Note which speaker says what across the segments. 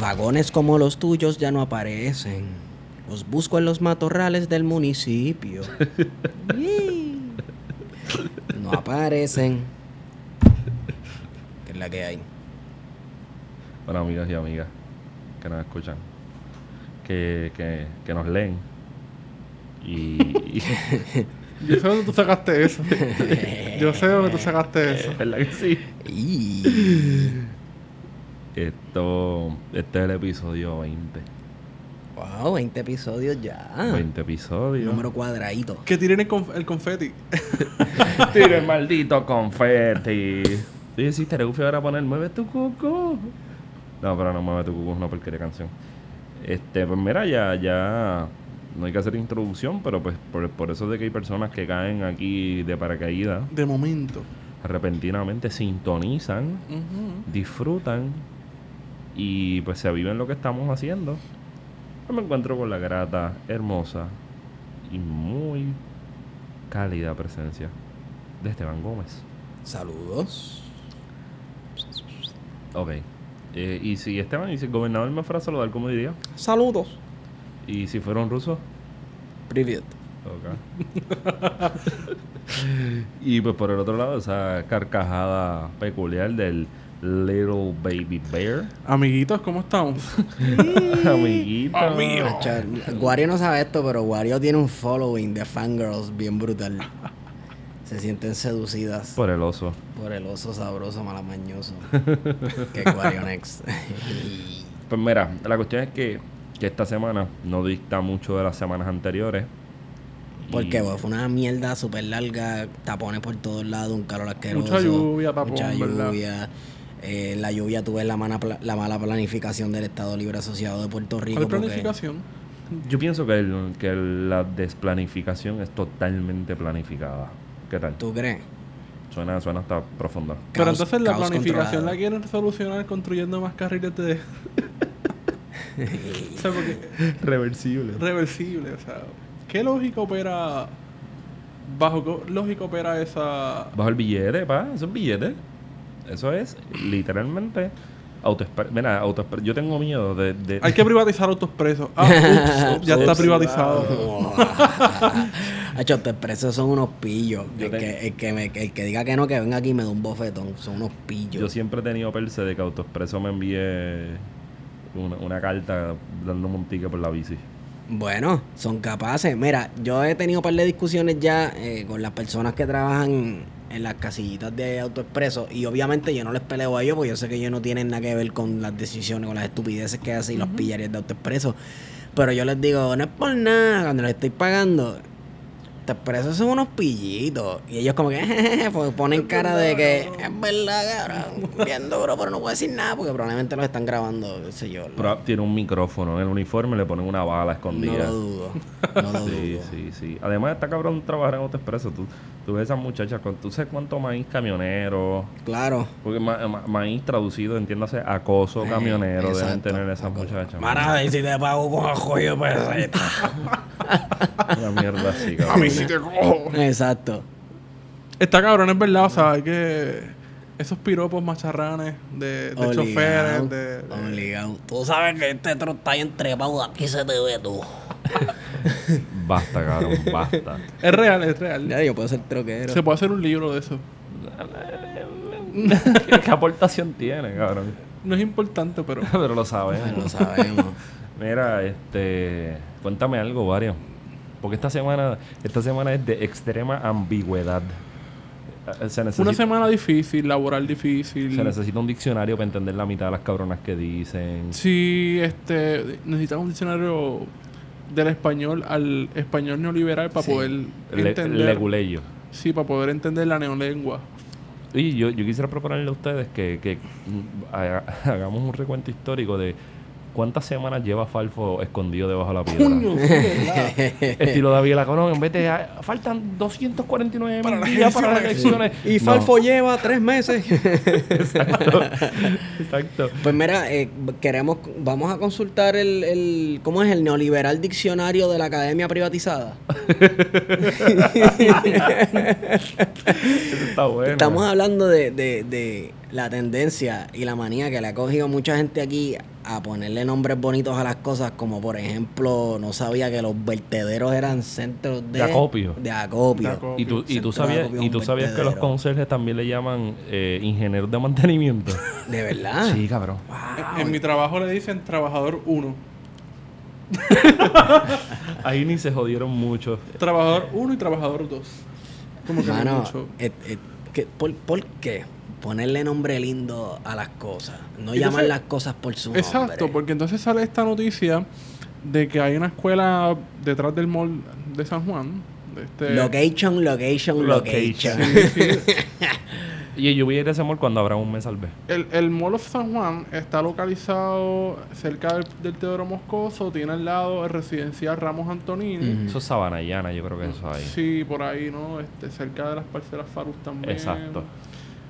Speaker 1: Vagones como los tuyos ya no aparecen. Los busco en los matorrales del municipio. Yee. No aparecen. ¿Qué es la que hay?
Speaker 2: Bueno, amigos y amigas que nos escuchan, que, que, que nos leen. Y. y-
Speaker 3: Yo sé dónde tú sacaste eso. Yo sé dónde tú sacaste eso.
Speaker 2: ¿Verdad que sí?
Speaker 1: Y-
Speaker 2: Esto, este es el episodio 20.
Speaker 1: Wow, 20 episodios ya.
Speaker 2: 20 episodios.
Speaker 1: Ah. Número cuadradito.
Speaker 3: Que tiren el, conf- el confeti.
Speaker 2: Tiro el maldito confeti. Sí, sí, te refieres ahora a poner Mueve tu cucú. No, pero no Mueve tu cucú es una porquería de canción. Este, pues mira, ya, ya. No hay que hacer introducción, pero pues por, por eso de que hay personas que caen aquí de paracaídas,
Speaker 3: De momento.
Speaker 2: repentinamente sintonizan,
Speaker 3: Ujú.
Speaker 2: disfrutan y pues se aviven lo que estamos haciendo. Yo me encuentro con la grata, hermosa y muy cálida presencia de Esteban Gómez.
Speaker 1: Saludos.
Speaker 2: Ok. Eh, y si Esteban, y si el gobernador me fuera a saludar, ¿cómo diría?
Speaker 1: Saludos.
Speaker 2: Y si fuera un ruso.
Speaker 1: Privet.
Speaker 2: Ok. y pues por el otro lado, esa carcajada peculiar del Little Baby Bear.
Speaker 3: Amiguitos, ¿cómo estamos?
Speaker 2: Amiguito.
Speaker 1: Wario no sabe esto, pero Wario tiene un following de fangirls bien brutal. Se sienten seducidas.
Speaker 2: Por el oso.
Speaker 1: Por el oso sabroso malamañoso. que es Guarionex.
Speaker 2: Pues mira, la cuestión es que, que esta semana no dicta mucho de las semanas anteriores.
Speaker 1: Porque
Speaker 2: Y-
Speaker 1: bueno, fue una mierda súper larga, tapones por todos lados, un calor asqueroso.
Speaker 3: Mucha lluvia, tapón,
Speaker 1: Mucha
Speaker 3: ¿verdad?
Speaker 1: lluvia. Eh, la lluvia tuve la mala, pla- la mala planificación del Estado Libre Asociado de Puerto Rico.
Speaker 3: ¿Cuál es
Speaker 1: porque-
Speaker 3: planificación?
Speaker 2: Yo pienso que, el- que la desplanificación es totalmente planificada. ¿Qué tal?
Speaker 1: ¿Tú crees?
Speaker 2: Suena, suena hasta profundo.
Speaker 3: Pero
Speaker 1: Caos-
Speaker 3: entonces la
Speaker 1: caos
Speaker 3: planificación
Speaker 1: controlado.
Speaker 3: la quieren solucionar construyendo más carriles de. o sea, porque
Speaker 2: Reversible.
Speaker 3: reversible, o sea. ¿Qué lógica opera. Bajo co- lógica opera esa.
Speaker 2: Bajo el billete, pa. Eso es billete. Eso es literalmente autoexpre- Mira, autoexpre- Yo tengo miedo de. de-
Speaker 3: Hay que privatizar autos presos. Ah, ups, ups, ya está
Speaker 1: Ups.
Speaker 3: privatizado.
Speaker 1: Hacho, Oh. estos presos son unos pillos.
Speaker 2: Yo
Speaker 1: El
Speaker 2: tengo-
Speaker 1: que, el, que me- el que diga que no, que venga aquí y me dé un bofetón. Son unos pillos.
Speaker 2: Yo siempre he tenido perse de que Autoexpreso me envíe una, una carta dándome un ticket por la bici.
Speaker 1: Bueno, son capaces. Mira, yo he tenido un par de discusiones ya eh, con las personas que trabajan en las casillitas de AutoExpreso y obviamente yo no les peleo a ellos porque yo sé que ellos no tienen nada que ver con las decisiones, con las estupideces que hacen y los pillarías de AutoExpreso. Pero yo les digo, no es por nada, cuando les estoy pagando, AutoExpreso son unos pillitos. Y ellos como que pues ponen cara de que es verdad, cabrón, bien duro, pero no puedo decir nada porque probablemente los están grabando, qué sé yo.
Speaker 2: Pero tiene un micrófono en el uniforme le ponen una bala
Speaker 1: Ah. no
Speaker 2: escondida.
Speaker 1: lo dudo, no lo dudo.
Speaker 2: Sí, sí, sí. Además, está cabrón trabajar en Autoexpreso. Tú, tú ves esas muchachas con. ¿Tú sabes cuánto maíz camionero?
Speaker 1: Claro.
Speaker 2: Porque ma- ma- maíz traducido, entiéndase, acoso camionero deben
Speaker 1: Eh, exacto.
Speaker 2: tener esas muchachas.
Speaker 1: Mara, y si te pago con pues, el joyo peseta.
Speaker 2: Una mierda así, cabrón.
Speaker 1: Exacto.
Speaker 3: Está cabrón, es verdad. O sea, hay que. Esos piropos macharranes de, de
Speaker 1: Obligado,
Speaker 3: choferes, de. de-
Speaker 1: Obligado. Tú sabes que este tro está bien trepado, aquí se te ve tú.
Speaker 2: Basta, cabrón, basta.
Speaker 3: Es real, es real.
Speaker 1: Ya, yo puedo ser troquero.
Speaker 3: Se puede hacer un libro de eso.
Speaker 2: ¿Qué, qué aportación tiene, cabrón?
Speaker 3: No es importante, pero.
Speaker 2: Pero lo sabemos.
Speaker 1: Lo sabemos.
Speaker 2: Mira, este. Cuéntame algo, Vario. Porque esta semana, esta semana es de extrema ambigüedad. Eh, Se necesita,
Speaker 3: Una semana difícil, laboral difícil.
Speaker 2: se necesita un diccionario para entender la mitad de las cabronas que dicen.
Speaker 3: Sí, este. Necesitamos un diccionario del español al español neoliberal para
Speaker 1: Sí.
Speaker 3: poder
Speaker 2: Le,
Speaker 3: entender.
Speaker 2: leguleyo.
Speaker 3: sí, para poder entender la neolengua.
Speaker 2: Oye, yo, yo quisiera proponerle a ustedes que, que mm, haga- hagamos un recuento histórico de cuántas semanas lleva Falfo escondido debajo de la piedra.
Speaker 3: Coño, sí, ¿verdad?
Speaker 2: Estilo David Colón, en vez de ah, faltan 249
Speaker 3: Para
Speaker 2: para
Speaker 3: las
Speaker 2: días para las
Speaker 3: elecciones.
Speaker 2: elecciones.
Speaker 1: Y
Speaker 2: No,
Speaker 1: Falfo lleva tres meses.
Speaker 2: exacto. exacto.
Speaker 1: Pues mira, eh, queremos, vamos a consultar el, el, ¿cómo es? El neoliberal diccionario de la academia privatizada.
Speaker 2: Eso está bueno.
Speaker 1: Estamos hablando de, de- de la tendencia y la manía que le ha cogido mucha gente aquí a ponerle nombres bonitos a las cosas, como por ejemplo, no sabía que los vertederos eran centros de,
Speaker 2: De acopio.
Speaker 1: de acopio.
Speaker 3: De acopio.
Speaker 2: Y tú, y
Speaker 1: Centro de
Speaker 2: tú sabías,
Speaker 1: acopio
Speaker 2: y
Speaker 1: es
Speaker 2: tú
Speaker 1: un
Speaker 2: sabías que los
Speaker 1: vertedero.
Speaker 2: conserjes también le llaman eh, ingenieros de mantenimiento.
Speaker 1: De verdad.
Speaker 2: Sí, cabrón.
Speaker 1: Wow.
Speaker 3: En mi trabajo le dicen trabajador 1.
Speaker 2: Ahí ni se jodieron mucho.
Speaker 3: Trabajador 1 y trabajador 2. Como que no
Speaker 1: Mano,
Speaker 3: mucho.
Speaker 1: et- et- que- por, por qué ponerle nombre lindo a las cosas? No
Speaker 3: Entonces-
Speaker 1: llamar las cosas por su nombre.
Speaker 3: Exacto, porque entonces sale esta noticia de que hay una escuela detrás del mall de San Juan. de este-
Speaker 1: Location, location,
Speaker 2: Location.
Speaker 1: location.
Speaker 2: Y yo voy a ir a ese amor cuando habrá un mes al B.
Speaker 3: El, el Mall of San Juan está localizado cerca del, del Teodoro Moscoso, tiene al lado el residencial Ramos Antonini.
Speaker 2: Eso es Sabanayana, yo creo que eso Mm, ahí.
Speaker 3: Sí, por ahí, ¿no? Este, cerca de las parcelas Farus también.
Speaker 2: Exacto.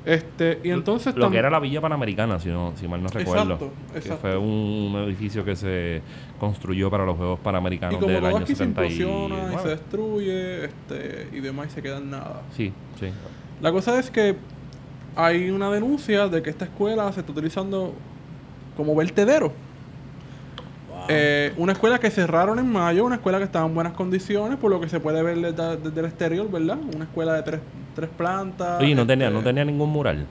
Speaker 3: Este, y entonces
Speaker 2: Lo
Speaker 3: tam-
Speaker 2: que era la Villa Panamericana, si, no, si mal no recuerdo.
Speaker 3: Exacto,
Speaker 2: Que
Speaker 3: exacto.
Speaker 2: fue un edificio que se construyó para los Juegos
Speaker 3: y
Speaker 2: Panamericanos
Speaker 3: como
Speaker 2: del
Speaker 3: todo
Speaker 2: año
Speaker 3: aquí se implosiona y se
Speaker 2: 79.
Speaker 3: destruye, este, y demás y se queda en nada.
Speaker 2: Sí, sí.
Speaker 3: La cosa es que hay una denuncia de que esta escuela se está utilizando como vertedero. Eh, una escuela que cerraron en mayo, una escuela que estaba en buenas condiciones, por lo que se puede ver desde, desde el exterior, ¿verdad? Una escuela de tres, tres plantas.
Speaker 2: Oye, no tenía,
Speaker 3: este,
Speaker 2: no tenía ningún mural.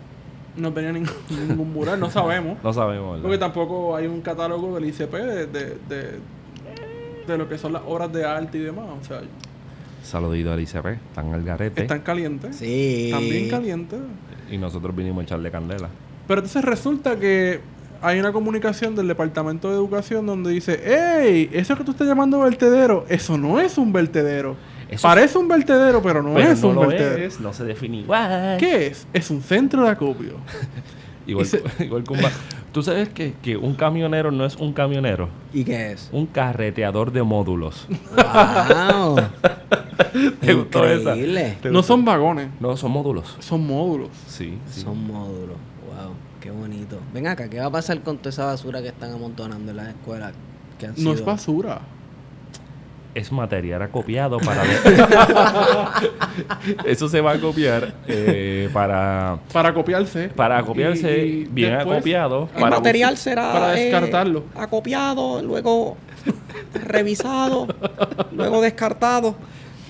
Speaker 3: no tenía ningún, ningún mural, no sabemos.
Speaker 2: No sabemos,
Speaker 3: Porque
Speaker 2: ¿verdad?
Speaker 3: tampoco hay un catálogo del ICP de, de, de, de lo que son las obras de arte y demás. O sea,
Speaker 2: Saludito al ICP, están al garete.
Speaker 3: están calientes.
Speaker 1: Sí.
Speaker 3: Están bien calientes.
Speaker 2: Y nosotros vinimos a echarle candela.
Speaker 3: Pero entonces resulta que hay una comunicación del Departamento de Educación donde dice, ¡Ey! Eso que tú estás llamando vertedero, eso no es un vertedero.
Speaker 2: Eso
Speaker 3: Parece un vertedero, pero no
Speaker 2: Pero
Speaker 3: es
Speaker 2: no
Speaker 3: un
Speaker 2: lo
Speaker 3: vertedero.
Speaker 2: es, no se define igual.
Speaker 3: ¿Qué es? Es un centro de acopio.
Speaker 2: Igual,
Speaker 3: Y se-
Speaker 2: que- igual que un ba- Tú sabes que, que un camionero no es un camionero,
Speaker 1: ¿Y qué es?
Speaker 2: un carreteador de módulos.
Speaker 1: ¡Wow!
Speaker 2: ¿Te gustó esa?
Speaker 1: Increíble.
Speaker 2: ¿Te
Speaker 3: No
Speaker 2: gustó?
Speaker 3: son vagones,
Speaker 2: No, son módulos.
Speaker 3: son módulos.
Speaker 2: Sí, sí.
Speaker 1: Son módulos. ¡Wow! ¡Qué bonito! Ven acá, ¿qué va a pasar con toda esa basura que están amontonando en las escuelas? Que han
Speaker 3: No
Speaker 1: sido-
Speaker 3: es basura.
Speaker 2: Es material acopiado para. de- Eso se va a copiar eh, para.
Speaker 3: Para copiarse.
Speaker 2: Para acopiarse,
Speaker 3: Y- y
Speaker 2: bien
Speaker 3: después-
Speaker 2: acopiado.
Speaker 1: El
Speaker 2: para-
Speaker 1: material será
Speaker 3: para
Speaker 1: eh,
Speaker 3: descartarlo.
Speaker 1: acopiado, luego revisado, luego descartado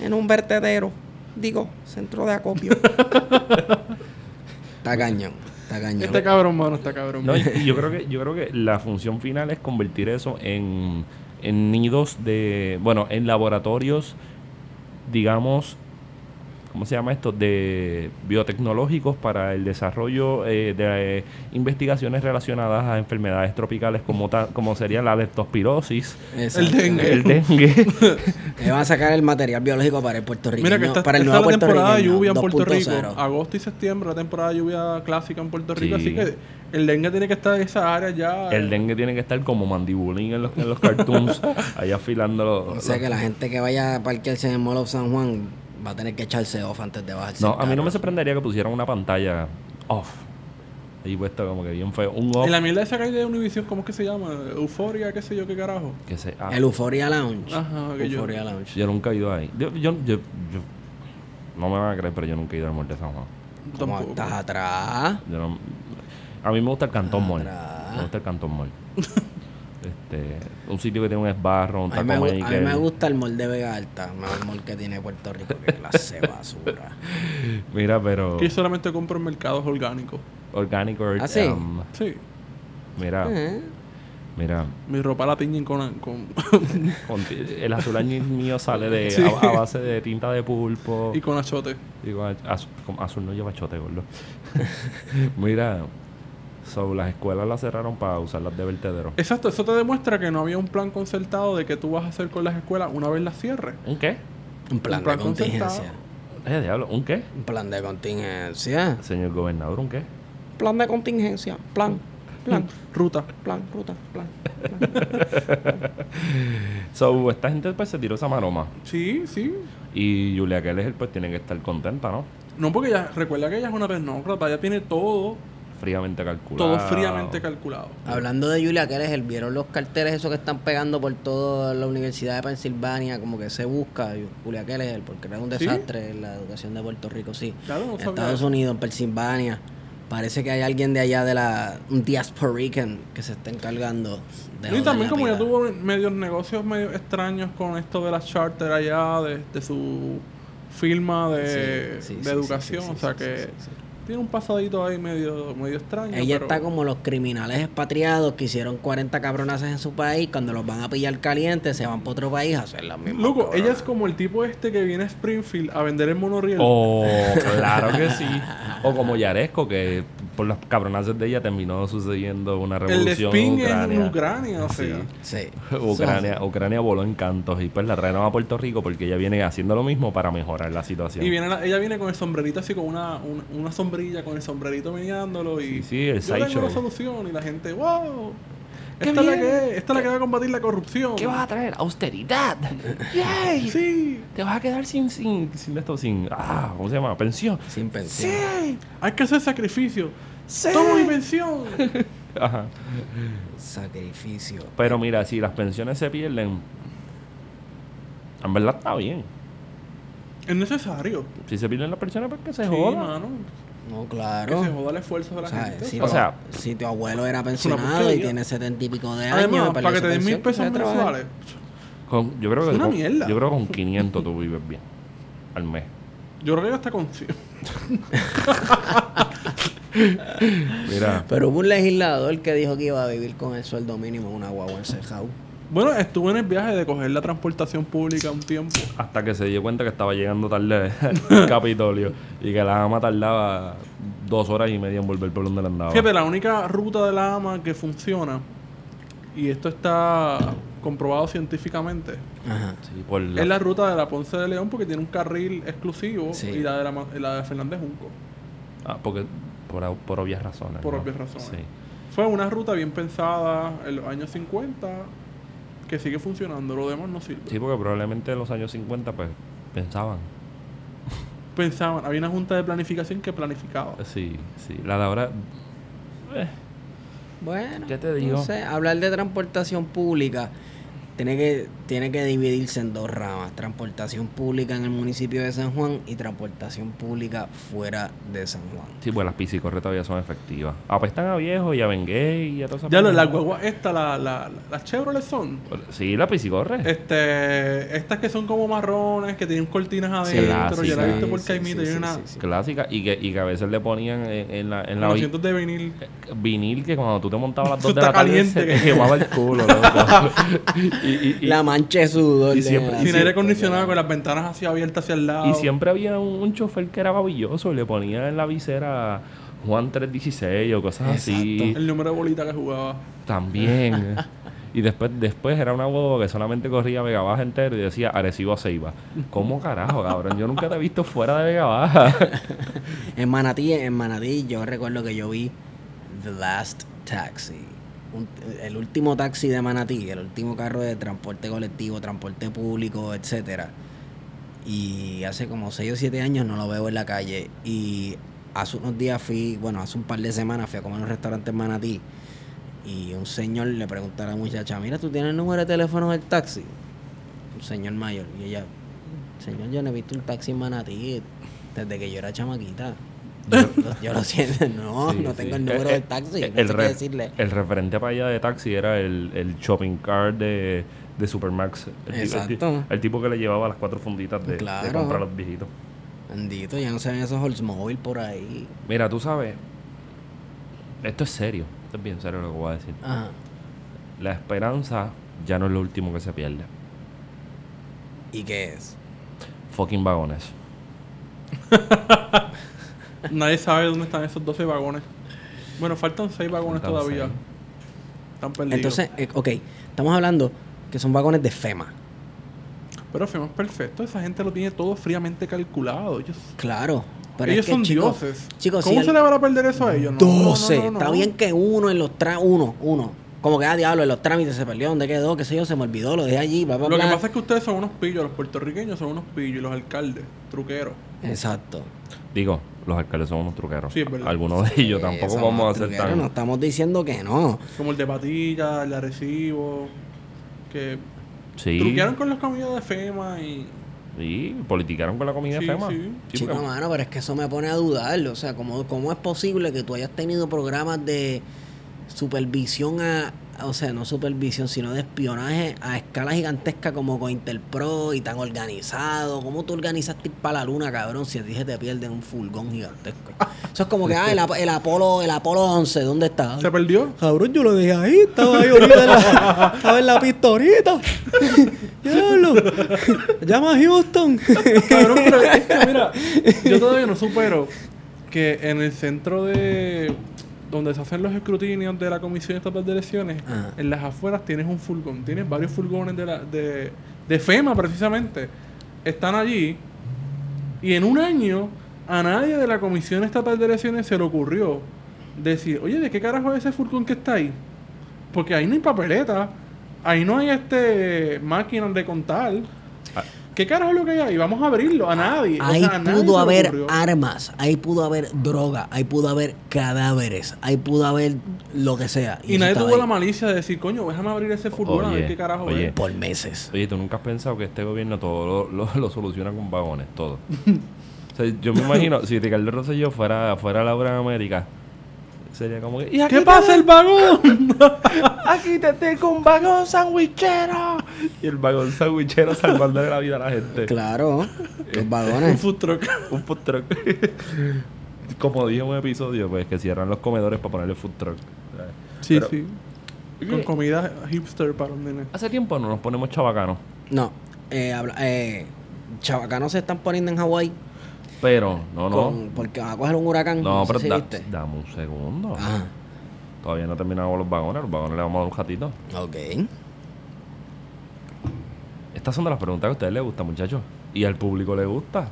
Speaker 1: en un vertedero. Digo, centro de acopio. está cañón, está cañón.
Speaker 3: Este cabrón, mano, está cabrón.
Speaker 2: No, y- y yo creo que yo creo que la función final es convertir eso en, en nidos de bueno en laboratorios digamos cómo se llama esto de biotecnológicos para el desarrollo eh, de eh, investigaciones relacionadas a enfermedades tropicales como ta- como sería la leptospirosis
Speaker 1: Exacto.
Speaker 3: el dengue.
Speaker 2: el dengue
Speaker 1: Le van a sacar el material biológico para el puertorriqueño.
Speaker 3: Mira que está,
Speaker 1: para el
Speaker 3: está
Speaker 1: nuevo
Speaker 3: la temporada de
Speaker 1: puertorriqueño,
Speaker 3: lluvia en Puerto Rico. Ah,
Speaker 1: 2.0.
Speaker 3: Agosto y septiembre, la temporada de lluvia clásica en Puerto Rico.
Speaker 2: Sí.
Speaker 3: Así que el dengue tiene que estar en esa área ya.
Speaker 2: el dengue tiene que estar como mandibulín en los, en los cartoons ahí afilando los-
Speaker 1: O sea
Speaker 2: los-
Speaker 1: que la gente que vaya a parquearse en el Mall of San Juan va a tener que echarse off antes de bajarse.
Speaker 2: no
Speaker 1: del
Speaker 2: a mí no me
Speaker 1: carro.
Speaker 2: sorprendería que pusieran una pantalla off ahí puesto como que bien feo un off
Speaker 3: En la mierda esa calle de Univision, ¿cómo es que se llama? Euforia, qué sé yo, qué carajo.
Speaker 2: que se ah,
Speaker 1: El Euphoria Lounge.
Speaker 3: Ajá, que yo-
Speaker 1: Euphoria Lounge.
Speaker 2: Yo nunca he ido ahí. Yo, yo, yo- yo- no me van a creer, pero yo nunca he ido al Mall de San Juan.
Speaker 1: ¿Cómo
Speaker 3: Tampoco.
Speaker 1: estás atrás?
Speaker 2: Yo no- a mí me gusta el Cantón Mall.
Speaker 1: Atrás.
Speaker 2: Me gusta el Cantón Mall. este, un sitio que tiene un esbarro, un
Speaker 1: A
Speaker 2: taco
Speaker 1: mí, me, gu- a mí
Speaker 2: maker.
Speaker 1: me gusta el mall de Vega Alta, más el mall que tiene Puerto Rico, que clase de basura.
Speaker 2: Mira, pero
Speaker 3: Que yo solamente compro en mercados orgánicos.
Speaker 2: Organic Earth,
Speaker 1: ¿Ah, sí?
Speaker 2: um,
Speaker 3: Sí.
Speaker 2: mira,
Speaker 1: Eh,
Speaker 2: mira.
Speaker 3: Mi ropa la tiñen con... con
Speaker 2: Con- el azul añil mío sale de
Speaker 3: Sí.
Speaker 2: a, a base de tinta de pulpo.
Speaker 3: y con achote.
Speaker 2: Digo, az- azul, como azul no lleva chote, gordo. mira, so, las escuelas las cerraron para usarlas de vertedero.
Speaker 3: Exacto, eso te demuestra que no había un plan concertado de qué tú vas a hacer con las escuelas una vez las cierres.
Speaker 2: ¿Un qué?
Speaker 1: Un plan de contingencia.
Speaker 2: Eh, diablo, ¿un qué?
Speaker 1: Un plan de contingencia.
Speaker 2: Señor gobernador, ¿un qué?
Speaker 1: Plan de contingencia. Plan. Plan.
Speaker 3: Ruta.
Speaker 1: Plan. Ruta. Plan.
Speaker 2: So, esta gente pues se tiró esa maroma.
Speaker 3: Sí, sí.
Speaker 2: Y Julia Keller pues tiene que estar contenta, ¿no?
Speaker 3: No, porque ella, recuerda que ella es una tecnócrata, ella tiene todo,
Speaker 2: Fríamente calculado.
Speaker 3: todo fríamente calculado.
Speaker 1: Hablando de Julia Keller, ¿vieron los carteles esos que están pegando por toda la Universidad de Pensilvania? Como que se busca Julia Keller, porque era un
Speaker 3: ¿Sí?
Speaker 1: desastre en la educación de Puerto Rico, sí.
Speaker 3: Claro, no
Speaker 1: en
Speaker 3: sabía
Speaker 1: Estados
Speaker 3: eso.
Speaker 1: Unidos, en Pensilvania. Parece que hay alguien de allá de la... Un diasporican que se está encargando de...
Speaker 3: y
Speaker 1: joder
Speaker 3: también
Speaker 1: la
Speaker 3: como ya
Speaker 1: pita.
Speaker 3: tuvo medios negocios medio extraños con esto de la charter allá, de, de su firma de,
Speaker 1: Sí, sí,
Speaker 3: eh, de
Speaker 1: sí, sí,
Speaker 3: educación,
Speaker 1: sí, sí,
Speaker 3: o sea
Speaker 1: sí,
Speaker 3: que
Speaker 1: sí, sí, sí.
Speaker 3: tiene un pasadito ahí medio, medio extraño.
Speaker 1: Ella
Speaker 3: pero-
Speaker 1: está como los criminales expatriados que hicieron 40 cabronazas en su país, cuando los van a pillar calientes, se van para otro país a hacer las mismas.
Speaker 3: Loco,
Speaker 1: cabronas.
Speaker 3: ella es como el tipo este que viene a Springfield a vender el monorriel.
Speaker 2: Oh, claro que sí. O como Yaresco, que por las cabronazas de ella terminó sucediendo una
Speaker 3: el de
Speaker 2: revolución en
Speaker 3: Spin
Speaker 2: Ucrania.
Speaker 3: en Ucrania, o sea.
Speaker 1: Sí.
Speaker 2: Ucrania, Ucrania voló en cantos y pues la trajeron a Puerto Rico porque ella viene haciendo lo mismo para mejorar la situación.
Speaker 3: Y viene la- ella viene con el sombrerito así, con una, un- una sombrilla, con el sombrerito mirándolo
Speaker 2: Sí,
Speaker 3: y...
Speaker 2: sí, el
Speaker 3: yo tengo
Speaker 2: sideshow.
Speaker 3: la solución y la gente, wow.
Speaker 2: ¡Qué
Speaker 3: Esta es, la
Speaker 2: bien!
Speaker 3: que, es, esta es la que va a combatir la corrupción.
Speaker 2: ¿Qué vas a traer? Austeridad. ¡Yay!
Speaker 3: Sí.
Speaker 2: Te vas a quedar sin, sin, sin esto, sin. Ah, ¿cómo se llama? Pensión.
Speaker 1: Sin pensar.
Speaker 3: Hay que hacer sacrificio.
Speaker 2: ¡Sí!
Speaker 3: Toma invención.
Speaker 2: Ajá.
Speaker 1: Sacrificio.
Speaker 2: Pero mira, si las pensiones se pierden, en verdad está bien.
Speaker 3: es necesario.
Speaker 2: Si se pierden las pensiones, pues que se
Speaker 3: Sí,
Speaker 2: jodan.
Speaker 3: mano.
Speaker 1: No,
Speaker 3: Que se
Speaker 1: claro.
Speaker 3: joda el esfuerzo de la
Speaker 1: O sea,
Speaker 3: gente.
Speaker 1: si,
Speaker 2: O
Speaker 1: tu-
Speaker 2: sea,
Speaker 1: si tu abuelo era pensionado
Speaker 3: porquería.
Speaker 1: y tiene setenta y pico de años,
Speaker 3: Además,
Speaker 1: y perdió
Speaker 3: para que
Speaker 1: su
Speaker 3: te den mil
Speaker 1: pensión,
Speaker 3: pesos
Speaker 1: pues, trabaja.
Speaker 3: mensuales.
Speaker 2: Con- yo, creo
Speaker 3: Es
Speaker 2: que
Speaker 3: una
Speaker 2: con,
Speaker 3: mierda.
Speaker 2: yo creo que con 500 tú vives bien al mes.
Speaker 3: Yo creo que está con... cien.
Speaker 2: Mira,
Speaker 1: Pero hubo un legislador que dijo que iba a vivir con el sueldo mínimo en una guagua en Sejau.
Speaker 3: Bueno, estuve en el viaje de coger la transportación pública un tiempo.
Speaker 2: hasta que se dio cuenta que estaba llegando tarde al Capitolio y que la ama tardaba dos horas y media en volver por donde la andaba.
Speaker 3: Fíjate, la única ruta de la AMA que funciona, y esto está comprobado científicamente,
Speaker 1: Ajá.
Speaker 2: Sí, por la-
Speaker 3: es la ruta de la Ponce de León porque tiene un carril exclusivo
Speaker 1: Sí.
Speaker 3: y la de, la, ma- la de Fernández Junco.
Speaker 2: ah, porque por, por obvias razones.
Speaker 3: Por
Speaker 2: ¿no?
Speaker 3: obvias razones.
Speaker 2: Sí.
Speaker 3: Fue una ruta bien pensada en los años 50 que sigue funcionando, lo demás no sirve.
Speaker 2: Sí, porque probablemente en los años 50 pues pensaban.
Speaker 3: Pensaban, había una junta de planificación que planificaba.
Speaker 2: Sí, sí. La de ahora... eh,
Speaker 1: Bueno,
Speaker 2: ¿Qué te digo?
Speaker 1: no sé, hablar de transportación pública tiene que, tiene que dividirse en dos ramas. Transportación pública en el municipio de San Juan y transportación pública fuera de San Juan.
Speaker 2: sí, pues las piscicorretas todavía son efectivas. Apestan a viejo y a Bengué y a todas esas
Speaker 3: Ya lo,
Speaker 2: cosas.
Speaker 3: la guagua esta, la, la, la- las Chevrolet son.
Speaker 2: Sí, la piscicorre.
Speaker 3: Este, estas que son como marrones, que tienen cortinas
Speaker 1: Sí,
Speaker 3: adentro, yo la he
Speaker 2: clásica.
Speaker 3: visto por
Speaker 1: Sí,
Speaker 3: Caimito
Speaker 1: sí,
Speaker 3: y
Speaker 1: sí,
Speaker 3: una,
Speaker 1: sí, sí.
Speaker 2: Clásica y que, y que a veces le ponían en, en la, en la
Speaker 3: Los
Speaker 2: vi-
Speaker 3: asientos de vinil.
Speaker 1: Eh,
Speaker 2: vinil que cuando tú te montabas a las
Speaker 3: Eso
Speaker 2: 2 de la
Speaker 3: está
Speaker 2: tarde se
Speaker 3: caliente.
Speaker 2: te quemaba el culo. loco. y, y- y-
Speaker 1: La mancha de sudor.
Speaker 2: y
Speaker 1: de
Speaker 2: siempre-
Speaker 1: la-
Speaker 3: Sin aire acondicionado, con las ventanas así abiertas hacia el lado.
Speaker 2: y siempre había un, un chofer que era babilloso y le ponía en la visera Juan 316 o cosas así.
Speaker 3: El número de bolita que jugaba.
Speaker 2: También. Y después, después era una huevo que solamente corría Vega Baja entero y decía Arecibo a Ceiba. ¿Cómo carajo, cabrón? Yo nunca te he visto fuera de Vega Baja.
Speaker 1: En Manatí, en Manatí, yo recuerdo que yo vi The Last Taxi. Un- el último taxi de Manatí, el último carro de transporte colectivo, transporte público, etcétera. Y hace como 6 o 7 años no lo veo en la calle. Y hace unos días fui, bueno, hace un par de semanas fui a comer a un restaurante en Manatí. Y un señor le preguntó a la muchacha, mira, ¿tú tienes el número de teléfono del taxi? Un señor mayor. Y ella, señor, yo no he visto un taxi en Manatí desde que yo era chamaquita. Yo, yo lo siento, no,
Speaker 2: Sí,
Speaker 1: no
Speaker 2: sí.
Speaker 1: tengo el número
Speaker 2: Eh,
Speaker 1: del taxi.
Speaker 2: eh,
Speaker 1: no sé qué
Speaker 2: re-
Speaker 1: decirle.
Speaker 2: el referente para allá de taxi era el, el shopping car de, de Supermax. El tipo- el ti-
Speaker 1: Exacto.
Speaker 2: el tipo que le llevaba las cuatro funditas de, de
Speaker 1: Claro.
Speaker 2: comprar a los viejitos.
Speaker 1: Bendito, ya no se ven esos Oldsmobile por ahí.
Speaker 2: Mira, tú sabes, esto es serio. Esto es bien serio lo que voy a decir.
Speaker 1: Ajá.
Speaker 2: La esperanza ya no es lo último que se pierde.
Speaker 1: ¿Y qué es?
Speaker 2: Fucking vagones.
Speaker 3: Nadie sabe dónde están esos 12 vagones. Bueno, faltan 6 vagones
Speaker 2: Faltan
Speaker 3: todavía.
Speaker 2: seis.
Speaker 3: Están perdidos.
Speaker 1: Entonces, eh, ok, estamos hablando que son vagones de FEMA.
Speaker 3: Pero Fiamma es perfecto, esa gente lo tiene todo fríamente calculado. Ellos,
Speaker 1: Claro. Pero
Speaker 3: ellos
Speaker 1: es que,
Speaker 3: son
Speaker 1: chicos,
Speaker 3: dioses.
Speaker 1: chicos,
Speaker 3: ¿Cómo
Speaker 1: si
Speaker 3: se
Speaker 1: al-
Speaker 3: le van a perder eso a ellos? No, no, no,
Speaker 1: 12.
Speaker 3: no, no.
Speaker 1: Está bien que uno en los trámites. Uno, uno. Como que, ah, diablo, en los trámites se perdió, ¿dónde quedó? ¿Qué sé yo? Se me olvidó, lo dejé allí. Bla, bla,
Speaker 3: Lo que
Speaker 1: bla.
Speaker 3: pasa es que ustedes son unos pillos, los puertorriqueños son unos pillos, y los alcaldes, truqueros.
Speaker 1: Exacto.
Speaker 2: Digo, los alcaldes son unos truqueros.
Speaker 3: Sí, es verdad.
Speaker 2: Algunos de ellos tampoco
Speaker 1: Eh, Eso,
Speaker 2: vamos a hacer
Speaker 1: truquero,
Speaker 2: tan...
Speaker 1: No estamos diciendo que no.
Speaker 3: Como el de Patilla, el de Arecibo, que
Speaker 2: Sí.
Speaker 3: truquearon con las comidas de FEMA y...
Speaker 2: Sí, politicaron con la comida
Speaker 3: Sí,
Speaker 2: FEMA.
Speaker 3: sí.
Speaker 2: Sí, pues.
Speaker 1: Chico,
Speaker 2: porque-
Speaker 1: mano, pero es que eso me pone a dudar. O sea, ¿cómo, cómo es posible que tú hayas tenido programas de supervisión a. O sea, no supervisión, sino de espionaje a escala gigantesca como con Interpro y tan organizado. ¿Cómo tú organizaste ir para la luna, cabrón? Si a ti se te pierde en un furgón gigantesco. Eso es como que, ah, el, Ap- el Apolo, el Apolo 11, ¿dónde está?
Speaker 3: ¿Se perdió?
Speaker 1: Cabrón, yo lo dejé ahí, estaba ahí ahorita en la, estaba en la pistorita. Diablo. Llama a Houston.
Speaker 3: Cabrón, pero es que mira, yo todavía no supero que en el centro de donde se hacen los escrutinios de la Comisión Estatal de Elecciones,
Speaker 1: Ajá.
Speaker 3: en las afueras tienes un furgón, tienes varios furgones de, la, de, de FEMA precisamente. Están allí y en un año a nadie de la Comisión Estatal de Elecciones se le ocurrió decir, oye, ¿de qué carajo es ese furgón que está ahí? Porque ahí no hay papeleta, ahí no hay este máquinas de contar.
Speaker 2: Ah.
Speaker 3: ¿Qué carajo es lo que hay ahí? Vamos a abrirlo, a nadie. O
Speaker 1: Ah, Ahí
Speaker 3: sea, a nadie se
Speaker 1: pudo
Speaker 3: le
Speaker 1: haber
Speaker 3: ocurrió.
Speaker 1: armas, ahí pudo haber droga, ahí pudo haber cadáveres, ahí pudo haber lo que sea.
Speaker 3: Y
Speaker 1: eso
Speaker 3: nadie
Speaker 1: estaba
Speaker 3: tuvo
Speaker 1: ahí
Speaker 3: la malicia de decir, coño, déjame abrir ese furgón a ver
Speaker 2: Oye,
Speaker 3: qué carajo
Speaker 2: oye.
Speaker 3: es.
Speaker 1: por meses.
Speaker 2: Oye, ¿tú nunca has pensado que este gobierno todo lo, lo- lo soluciona con vagones? Todo. o sea, yo me imagino, si Ricardo Rosselló fuera, fuera Laura en América, sería como que... "Y aquí
Speaker 3: ¿Qué pasa el vagón?
Speaker 2: Aquí te tengo un vagón sandwichero. Y el vagón sandwichero salvando la vida a la gente.
Speaker 1: Claro, los
Speaker 3: Un
Speaker 1: vagones.
Speaker 3: food truck.
Speaker 2: Un food truck. Como dije en un episodio, pues que cierran los comedores para ponerle food truck.
Speaker 3: Sí,
Speaker 2: Pero-
Speaker 3: sí. Con comida hipster para un nene.
Speaker 2: Hace tiempo no nos ponemos chabacanos,
Speaker 1: No, eh, habla- eh, chavacanos se están poniendo en Hawái
Speaker 2: pero no, no.
Speaker 1: con- porque van a coger un huracán.
Speaker 2: no,
Speaker 1: No,
Speaker 2: pero
Speaker 1: sé si
Speaker 2: da-
Speaker 1: viste.
Speaker 2: dame un segundo.
Speaker 3: Ah,
Speaker 1: Ajá,
Speaker 2: Todavía no terminamos los vagones, los vagones le vamos a dar un gatito.
Speaker 1: ok.
Speaker 2: Estas son de las preguntas que a ustedes les gusta, muchachos. Y al público le gusta.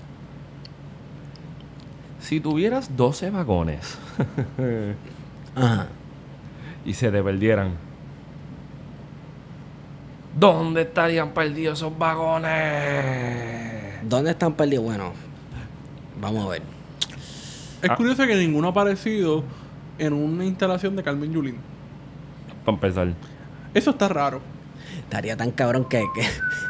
Speaker 2: Si tuvieras 12 vagones
Speaker 1: Ajá.
Speaker 2: y se te perdieran, ¿dónde estarían perdidos esos vagones?
Speaker 1: ¿Dónde están perdidos? Bueno, vamos a ver.
Speaker 3: Es
Speaker 2: Ah.
Speaker 3: curioso que ninguno ha aparecido en una instalación de Carmen Yulín.
Speaker 2: Para empezar.
Speaker 3: Eso está raro.
Speaker 1: Estaría tan cabrón que, que-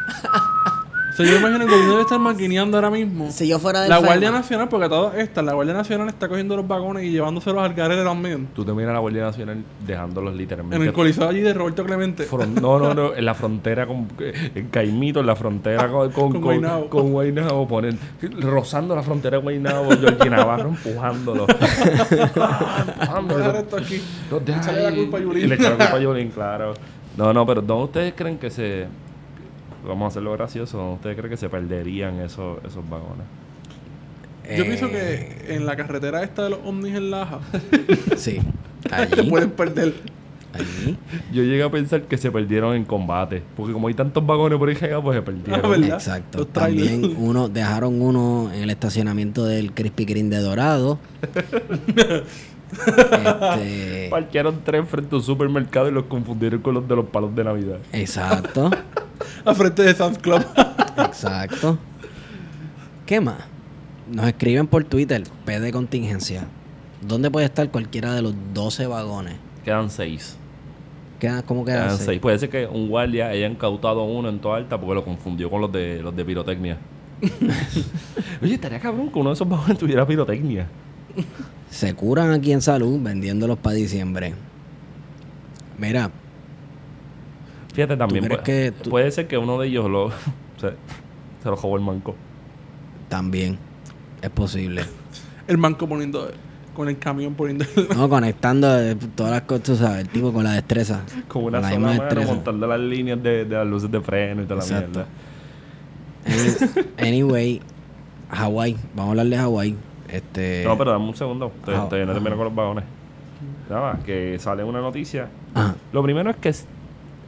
Speaker 3: O sea, yo me imagino que el gobierno debe estar maquineando ahora mismo.
Speaker 1: si yo fuera de
Speaker 3: La Guardia Nacional, porque todas estas, la Guardia Nacional está cogiendo los vagones y llevándoselos al garete también.
Speaker 2: Tú te miras a la Guardia Nacional dejándolos
Speaker 3: En
Speaker 2: literalmente.
Speaker 3: el coliseo allí de Roberto Clemente.
Speaker 2: fron- no, no, no, en la frontera con. En Caimito, en la frontera con. Con,
Speaker 3: Con
Speaker 2: con,
Speaker 3: Guaynabo.
Speaker 2: con Guaynabo, ponen- rozando la frontera de Guaynabo, Georgie Navarro empujándolo. Ah, empujándolo.
Speaker 3: Dejar esto aquí.
Speaker 2: Los deja
Speaker 3: Echarle la
Speaker 2: ahí.
Speaker 3: culpa a Yulín.
Speaker 2: Y Le echan la culpa a Yulín, claro. No, no, pero ¿dónde ustedes creen que se. Vamos a hacerlo gracioso. ¿Dónde ustedes creen que se perderían esos, esos vagones?
Speaker 1: eh,
Speaker 3: Yo pienso
Speaker 2: Eh.
Speaker 3: que en la carretera esta de los ovnis en Laja
Speaker 1: Sí.
Speaker 3: te
Speaker 1: Allí.
Speaker 3: pueden perder.
Speaker 1: allí.
Speaker 2: Yo llegué a pensar que se perdieron en combate. Porque como hay tantos vagones por ahí regados, pues se
Speaker 3: Ah,
Speaker 2: perdieron.
Speaker 3: ¿verdad?
Speaker 1: Exacto.
Speaker 3: Los trailers.
Speaker 1: También uno, dejaron uno en el estacionamiento del Krispy Kreme de Dorado. Este,
Speaker 2: Parquearon tres frente a un supermercado y los confundieron con los de los palos de Navidad.
Speaker 1: exacto,
Speaker 3: A frente de Sam's Club.
Speaker 1: exacto. ¿Qué más? Nos escriben por Twitter, P de contingencia. ¿Dónde puede estar cualquiera de los 12 vagones?
Speaker 2: Quedan seis.
Speaker 1: Queda- ¿Cómo quedan?
Speaker 2: Quedan
Speaker 1: seis?
Speaker 2: seis. Puede ser que un guardia haya incautado uno en toda alta porque lo confundió con los de los de pirotecnia. Oye, estaría cabrón que uno de esos vagones tuviera pirotecnia.
Speaker 1: Se curan aquí en salud vendiéndolos para diciembre. Mira,
Speaker 2: Fíjate también.
Speaker 1: crees
Speaker 2: Puede,
Speaker 1: que tú-
Speaker 2: puede ser que uno de ellos lo se, se lo jugó el manco.
Speaker 1: también es posible.
Speaker 3: El manco poniendo. Con el camión poniendo.
Speaker 1: No, conectando eh, todas las cosas, ¿sabes? El tipo con la destreza.
Speaker 2: Con una
Speaker 1: la
Speaker 2: sola
Speaker 1: misma
Speaker 2: mano
Speaker 1: destreza.
Speaker 2: montando las líneas de, de las luces de freno y toda
Speaker 1: Exacto.
Speaker 2: la mierda.
Speaker 1: Any- anyway, Hawái. Vamos a hablar de Hawái. Este...
Speaker 2: No, pero dame un segundo. Te,
Speaker 1: Ah,
Speaker 2: todavía no
Speaker 1: ah.
Speaker 2: termino con los vagones. Nada, más, que sale una noticia
Speaker 1: Ajá.
Speaker 2: Lo primero es que es-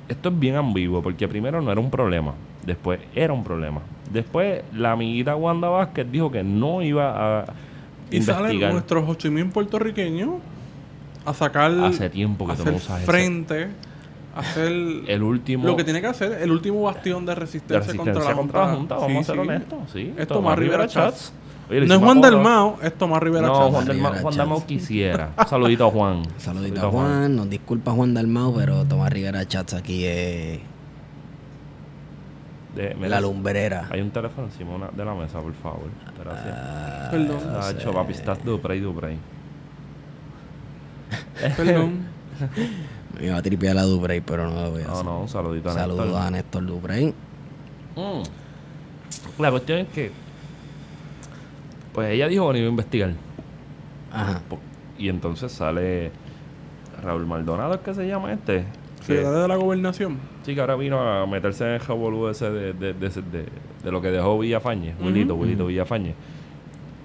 Speaker 2: esto es bien ambiguo, porque primero no era un problema. Después era un problema. Después la amiguita Wanda Vázquez dijo que no iba a
Speaker 3: Y salen
Speaker 2: investigar.
Speaker 3: nuestros 8.000 puertorriqueños a sacar.
Speaker 2: Hace tiempo que
Speaker 3: a
Speaker 2: tú
Speaker 3: hacer
Speaker 2: no usas eso.
Speaker 3: frente, a hacer.
Speaker 2: El último.
Speaker 3: lo que tiene que hacer, el último bastión de resistencia,
Speaker 2: de resistencia
Speaker 3: contra la
Speaker 2: Junta,
Speaker 3: Junta.
Speaker 2: vamos
Speaker 3: Sí,
Speaker 2: a ser
Speaker 3: sí.
Speaker 2: honestos. Sí.
Speaker 3: Es Tomás Rivera Chats.
Speaker 2: Oye, le
Speaker 3: No es
Speaker 2: hicimos
Speaker 3: Juan
Speaker 2: apodo.
Speaker 3: Dalmao, es Tomás Rivera
Speaker 2: No,
Speaker 3: Chats.
Speaker 2: Juan
Speaker 1: Rivera
Speaker 2: Dalmao, Juan
Speaker 1: Chats.
Speaker 2: Dalmao quisiera. Un saludito a Juan.
Speaker 1: Saludito a Juan, nos disculpa Juan Dalmau, pero Tomás Rivera Chats aquí es
Speaker 2: De- mira,
Speaker 1: la lumbrera.
Speaker 2: Hay un teléfono encima una- de la mesa, por favor. Gracias.
Speaker 1: Ah,
Speaker 3: Perdón,
Speaker 2: Nacho, papi, estás duprey, duprey.
Speaker 3: perdón.
Speaker 1: Me iba a tripear a Dubrey, pero no lo voy a
Speaker 2: No,
Speaker 1: hacer.
Speaker 2: no, un saludito a
Speaker 1: Saludos
Speaker 2: Néstor.
Speaker 1: a Néstor Dubrey.
Speaker 2: Mm. La cuestión es que. Pues ella dijo que no iba a investigar.
Speaker 1: Ajá.
Speaker 2: Po- Y entonces sale Raúl Maldonado, ¿qué se llama este?
Speaker 3: Sí,
Speaker 2: Que,
Speaker 3: la de la gobernación.
Speaker 2: sí, que ahora vino a meterse en el jabolú ese de, de, de, de- de lo que dejó Villafañe, Wilito, Wilito Villafañe.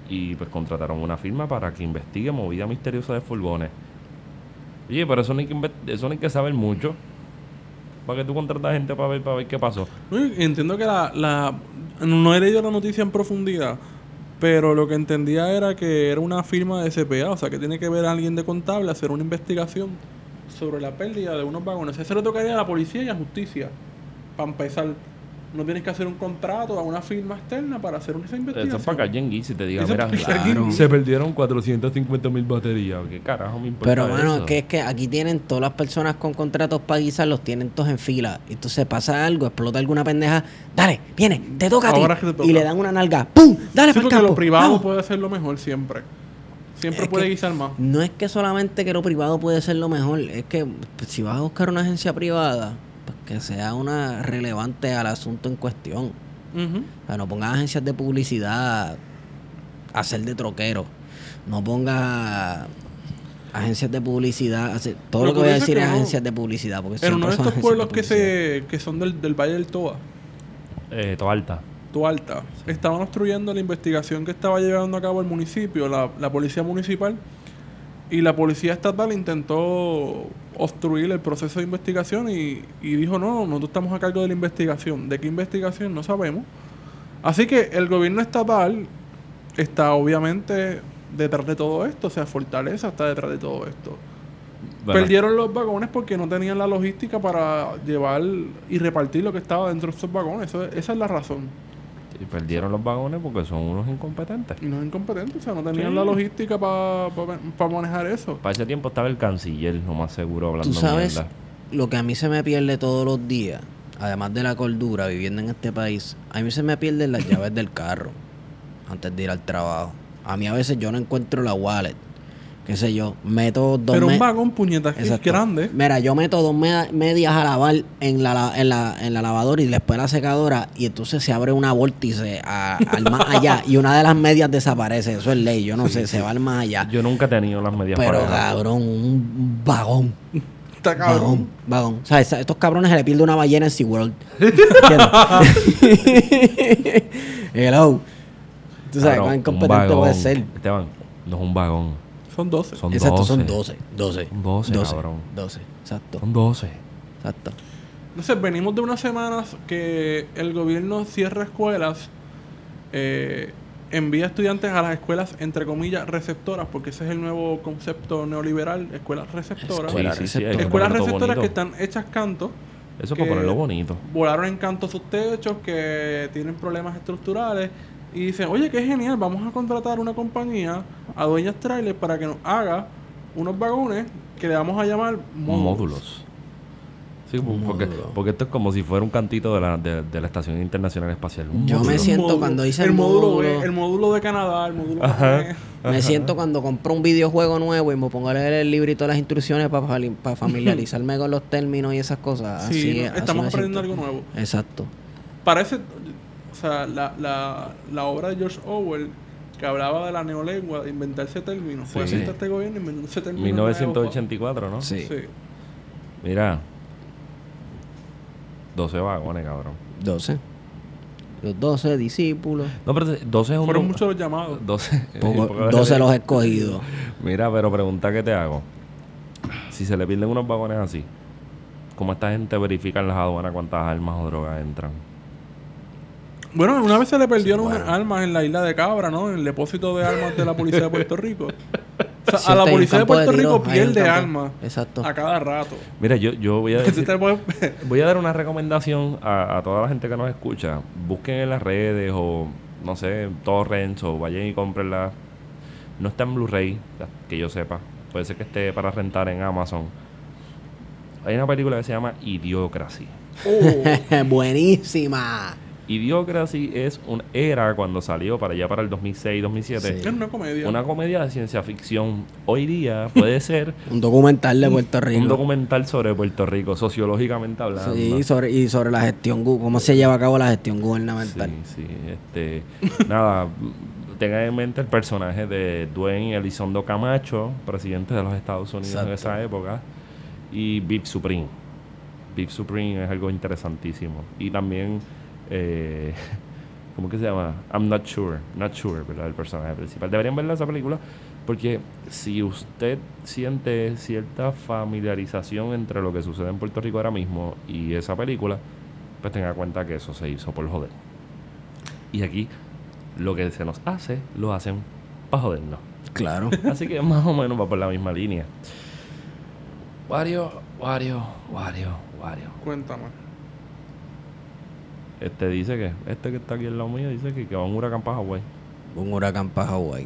Speaker 2: Y pues contrataron una firma para que investigue movida misteriosa de furgones. Oye, pero eso no hay que, inve- eso no hay que saber mucho. ¿Para que tú contratas gente para ver, para ver qué pasó?
Speaker 3: No, y Entiendo que la, la- No he leído la noticia en profundidad, pero lo que entendía era que era una firma de CPA, o sea, que tiene que ver a alguien de contable hacer una investigación sobre la pérdida de unos vagones. Eso le tocaría a la policía y a justicia, para empezar. No tienes que hacer un contrato a una firma externa para hacer esa investigación.
Speaker 2: Eso es para que alguien guise y te diga,
Speaker 3: Eso es
Speaker 2: mira,
Speaker 3: para que
Speaker 2: claro,
Speaker 3: alguien guise".
Speaker 2: se perdieron 450 mil baterías. ¿Qué carajo me importa
Speaker 1: Pero, mano,
Speaker 2: eso?
Speaker 1: que es que aquí tienen todas las personas con contratos para guisar, los tienen todos en fila. Y Entonces pasa algo, explota alguna pendeja. Dale, viene, te toca a ti.
Speaker 3: Ahora es que te toca.
Speaker 1: Y le dan una nalga. ¡Pum! Dale,
Speaker 3: Sí,
Speaker 1: pa'l
Speaker 3: porque
Speaker 1: campo.
Speaker 3: lo privado
Speaker 1: Vamos.
Speaker 3: puede hacerlo mejor siempre. Siempre
Speaker 1: Es
Speaker 3: puede
Speaker 1: que-
Speaker 3: guisar más.
Speaker 1: No es que solamente que lo privado puede ser lo mejor, es que pues, si vas a buscar una agencia privada, pues que sea una relevante al asunto en cuestión.
Speaker 3: Ujú.
Speaker 1: O sea, no pongas agencias de publicidad a hacer de troquero. No pongas agencias de publicidad. a hacer- todo
Speaker 3: Lo
Speaker 1: lo que voy a
Speaker 3: curioso es
Speaker 1: decir
Speaker 3: que
Speaker 1: es
Speaker 3: no.
Speaker 1: agencias de publicidad. Porque
Speaker 3: En
Speaker 1: siempre
Speaker 3: uno
Speaker 1: son
Speaker 3: de estos
Speaker 1: agencias
Speaker 3: pueblos que
Speaker 1: publicidad.
Speaker 3: se que son del, del Valle del Toa,
Speaker 2: Eh, toda alta.
Speaker 3: Tualta, estaban obstruyendo la investigación que estaba llevando a cabo el municipio, la, la policía municipal, y la policía estatal intentó obstruir el proceso de investigación y, y dijo, no, nosotros estamos a cargo de la investigación. ¿De qué investigación? No sabemos. Así que el gobierno estatal está obviamente detrás de todo esto, o sea, Fortaleza está detrás de todo esto.
Speaker 2: Bueno,
Speaker 3: Perdieron los vagones porque no tenían la logística para llevar y repartir lo que estaba dentro de esos vagones. Eso- esa es la razón.
Speaker 2: y perdieron los vagones porque son unos incompetentes.
Speaker 3: Y no es incompetente, o sea, no tenían
Speaker 2: Sí.
Speaker 3: la logística para manejar eso.
Speaker 2: Para ese tiempo estaba el canciller, lo más seguro, hablando
Speaker 1: Tú sabes,
Speaker 2: mierda.
Speaker 1: lo que a mí se me pierde todos los días, además de la cordura viviendo en este país, a mí se me pierden las llaves del carro antes de ir al trabajo. A mí a veces yo no encuentro la wallet. Qué sé yo, meto dos
Speaker 3: Pero un
Speaker 1: me-
Speaker 3: vagón, puñetas, que es
Speaker 1: Exacto.
Speaker 3: grande.
Speaker 1: Mira, yo meto dos me- medias a lavar en la, la- en, la, en la lavadora y después la secadora y entonces se abre una vórtice a- al más allá y una de las medias desaparece. Eso es ley, yo no sé, se va al más allá.
Speaker 2: Yo nunca he tenido las medias
Speaker 1: Pero
Speaker 2: pagadas.
Speaker 1: cabrón, un vagón.
Speaker 3: Está
Speaker 1: Vagón,
Speaker 3: cabrón.
Speaker 1: vagón. O sea, esa- estos cabrones se le pierde una ballena en SeaWorld. ¿Entiendes? Hello. Tú sabes
Speaker 2: Cabrón,
Speaker 1: cuán
Speaker 2: un
Speaker 1: incompetente
Speaker 2: vagón.
Speaker 1: puede ser.
Speaker 2: Esteban, no es un vagón.
Speaker 3: Son 12.
Speaker 2: Son
Speaker 1: Exacto,
Speaker 2: 12.
Speaker 1: son 12. 12.
Speaker 2: Son 12, cabrón.
Speaker 1: 12. Exacto.
Speaker 2: Son 12.
Speaker 1: Exacto.
Speaker 3: Entonces, venimos de unas semanas que el gobierno cierra escuelas, eh, envía estudiantes a las escuelas, entre comillas, receptoras, porque ese es el nuevo concepto neoliberal, escuelas receptoras.
Speaker 1: Escuela
Speaker 2: Sí, sí, sí, hay
Speaker 1: receptora.
Speaker 2: que
Speaker 3: Escuelas
Speaker 2: ponerlo todo
Speaker 3: receptoras que
Speaker 2: bonito.
Speaker 3: están hechas canto.
Speaker 2: Eso para
Speaker 3: que-
Speaker 2: ponerlo bonito.
Speaker 3: volaron en canto sus techos, que tienen problemas estructurales. Y dicen, oye, qué genial, vamos a contratar una compañía a dueñas trailer para que nos haga unos vagones que le vamos a llamar módulos.
Speaker 2: Módulos. Sí, po- porque,
Speaker 1: Módulo.
Speaker 2: porque esto es como si fuera un cantito de la, de, de la Estación Internacional Espacial. Un
Speaker 1: Yo me
Speaker 2: módulo.
Speaker 1: siento
Speaker 3: Módulo.
Speaker 1: cuando hice
Speaker 3: el
Speaker 1: el
Speaker 3: módulo,
Speaker 1: módulo.
Speaker 3: B, el módulo de Canadá, el módulo B.
Speaker 1: Me siento cuando compro un videojuego nuevo y me pongo a leer el librito de las instrucciones para, familiarizarme con los términos y esas cosas. Ah,
Speaker 3: Sí,
Speaker 1: así,
Speaker 3: no,
Speaker 1: así
Speaker 3: estamos
Speaker 1: me
Speaker 3: aprendiendo
Speaker 1: siento.
Speaker 3: algo nuevo.
Speaker 1: Exacto.
Speaker 3: Parece, o sea, la, la, la obra de George Orwell que hablaba de la neolengua, de inventarse términos. Fue
Speaker 2: Sí.
Speaker 3: así este gobierno inventándose términos. nuevos.
Speaker 2: 1984, ¿no?
Speaker 1: Sí.
Speaker 3: Ah, Sí.
Speaker 2: Mira. 12 vagones, cabrón.
Speaker 1: 12. Los 12 discípulos.
Speaker 2: No, pero 12 es un...
Speaker 3: Fueron muchos los llamados.
Speaker 2: 12.
Speaker 1: Poco-
Speaker 2: Poco-
Speaker 1: 12 los escogidos.
Speaker 2: Mira, pero pregunta que te hago. Si se le pierden unos vagones así, ¿cómo esta gente verifica en las aduanas cuántas armas o drogas entran?
Speaker 3: Bueno, una vez se le perdieron
Speaker 1: bueno.
Speaker 3: unas armas en la isla de Cabra, ¿no? En el depósito de armas de la policía de Puerto Rico. O sea, a
Speaker 1: Siempre
Speaker 3: la
Speaker 1: hay un
Speaker 3: policía de
Speaker 1: campo
Speaker 3: Puerto
Speaker 1: tiro,
Speaker 3: Rico
Speaker 1: hay un
Speaker 3: pierde
Speaker 1: campo.
Speaker 3: armas
Speaker 1: Exacto.
Speaker 3: a cada rato.
Speaker 2: Mira, yo, yo voy a
Speaker 3: Entonces,
Speaker 2: decir,
Speaker 3: te puedes-
Speaker 2: voy a dar una recomendación a, a toda la gente que nos escucha. Busquen en las redes o, no sé, torrents o vayan y cómprenla. No está en Blu-ray, la- que yo sepa. Puede ser que esté para rentar en Amazon. Hay una película que se llama Idiocracy.
Speaker 3: Oh,
Speaker 1: Buenísima.
Speaker 2: Idiocracy es un era cuando salió para allá para el 2006, 2007.
Speaker 1: Sí.
Speaker 3: es una comedia.
Speaker 2: Una comedia de ciencia ficción. Hoy día puede ser
Speaker 1: Un documental de Puerto Rico.
Speaker 2: un documental sobre Puerto Rico, sociológicamente hablando.
Speaker 1: Sí, sobre, y sobre la gestión, gu- cómo se lleva a cabo la gestión
Speaker 2: Sí,
Speaker 1: gubernamental.
Speaker 2: sí, este, nada, tengan en mente el personaje de Dwayne Elizondo Camacho, presidente de los Estados Unidos en
Speaker 1: Exacto.
Speaker 2: esa época, y Bip Supreme. Bip Supreme es algo interesantísimo. Y también, eh, ¿cómo que se llama? I'm Not Sure, Not Sure, ¿verdad? El personaje principal. Deberían verla esa película porque si usted siente cierta familiarización entre lo que sucede en Puerto Rico ahora mismo y esa película, pues tenga en cuenta que eso se hizo por joder. Y aquí lo que se nos hace, lo hacen para jodernos.
Speaker 1: Claro.
Speaker 2: Así que más o menos va por la misma línea. Wario, Wario, Wario, Wario.
Speaker 3: Cuéntame.
Speaker 2: Este dice que, este que está aquí al lado mío dice que, que va un huracán para Hawái.
Speaker 1: un huracán para Hawái.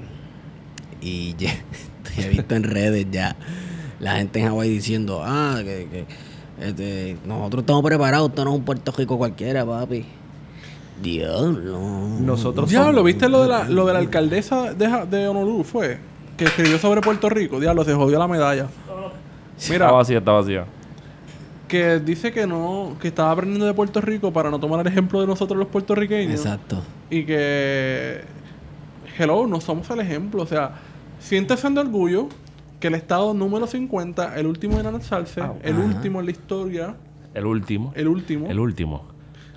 Speaker 1: Y ya, he visto en redes ya la gente en Hawái diciendo, ah, que, que, este, nosotros estamos preparados, esto no es un Puerto Rico cualquiera, papi. Diablo.
Speaker 2: Nosotros
Speaker 3: Diablo, ¿viste lo de la, lo de la alcaldesa de, Ja- de Honolulu? Fue que escribió sobre Puerto Rico. Diablo, se jodió la medalla.
Speaker 2: Mira. Está vacía, está vacía.
Speaker 3: Que dice que no, que estaba aprendiendo de Puerto Rico para no tomar el ejemplo de nosotros los puertorriqueños.
Speaker 1: Exacto.
Speaker 3: Y que. Hello, no somos el ejemplo. O sea, siéntese de orgullo que el estado número 50, el último en alzarse, el último en la historia,
Speaker 2: El último.
Speaker 3: el último,
Speaker 2: El
Speaker 3: el,
Speaker 2: último.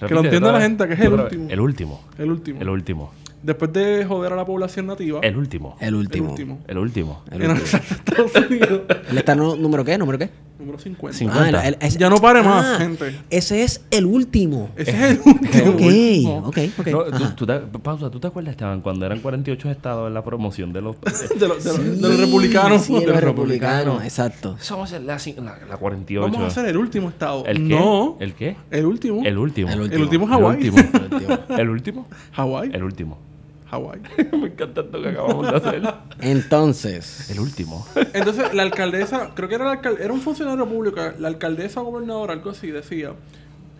Speaker 3: lo
Speaker 2: Repite
Speaker 3: entienda
Speaker 2: otra
Speaker 3: la
Speaker 2: vez.
Speaker 3: gente, que es el
Speaker 2: Otra vez.
Speaker 3: último.
Speaker 2: El último.
Speaker 3: último.
Speaker 2: El último.
Speaker 3: Después de joder a la población nativa,
Speaker 2: El último.
Speaker 1: El último.
Speaker 3: el último.
Speaker 2: El último.
Speaker 1: El
Speaker 3: en
Speaker 1: último.
Speaker 3: alzarse Estados Unidos.
Speaker 1: ¿Él está no- número qué? ¿Número qué? Ah,
Speaker 3: número 50.
Speaker 2: Cinco. 50.
Speaker 1: el- ese- ah,
Speaker 3: Ya no pare más, gente.
Speaker 1: Ese es el último.
Speaker 3: Ese es el último.
Speaker 1: Ok,
Speaker 3: último.
Speaker 1: ok, ok.
Speaker 2: No,
Speaker 1: Ajá.
Speaker 2: tú- tú te- pausa, ¿tú te acuerdas, Esteban, cuando eran 48 estados en la promoción de los...
Speaker 3: De, los- de los- de los republicanos.
Speaker 1: Sí, de los republicanos,
Speaker 2: republicanos.
Speaker 1: exacto.
Speaker 2: Somos la, cin- la, la 48.
Speaker 3: Vamos a ser el último estado.
Speaker 2: ¿El qué?
Speaker 3: no. El,
Speaker 2: ¿El qué?
Speaker 3: último.
Speaker 2: El último.
Speaker 1: El último.
Speaker 3: El último es
Speaker 2: El
Speaker 3: Hawái.
Speaker 2: último. El último.
Speaker 3: Hawái.
Speaker 2: El último.
Speaker 3: Hawái.
Speaker 2: Me encanta esto que acabamos de hacer.
Speaker 1: Entonces,
Speaker 2: El último.
Speaker 3: Entonces, la alcaldesa, creo que era, la alcal- era un funcionario público, la alcaldesa o gobernadora, algo así, decía: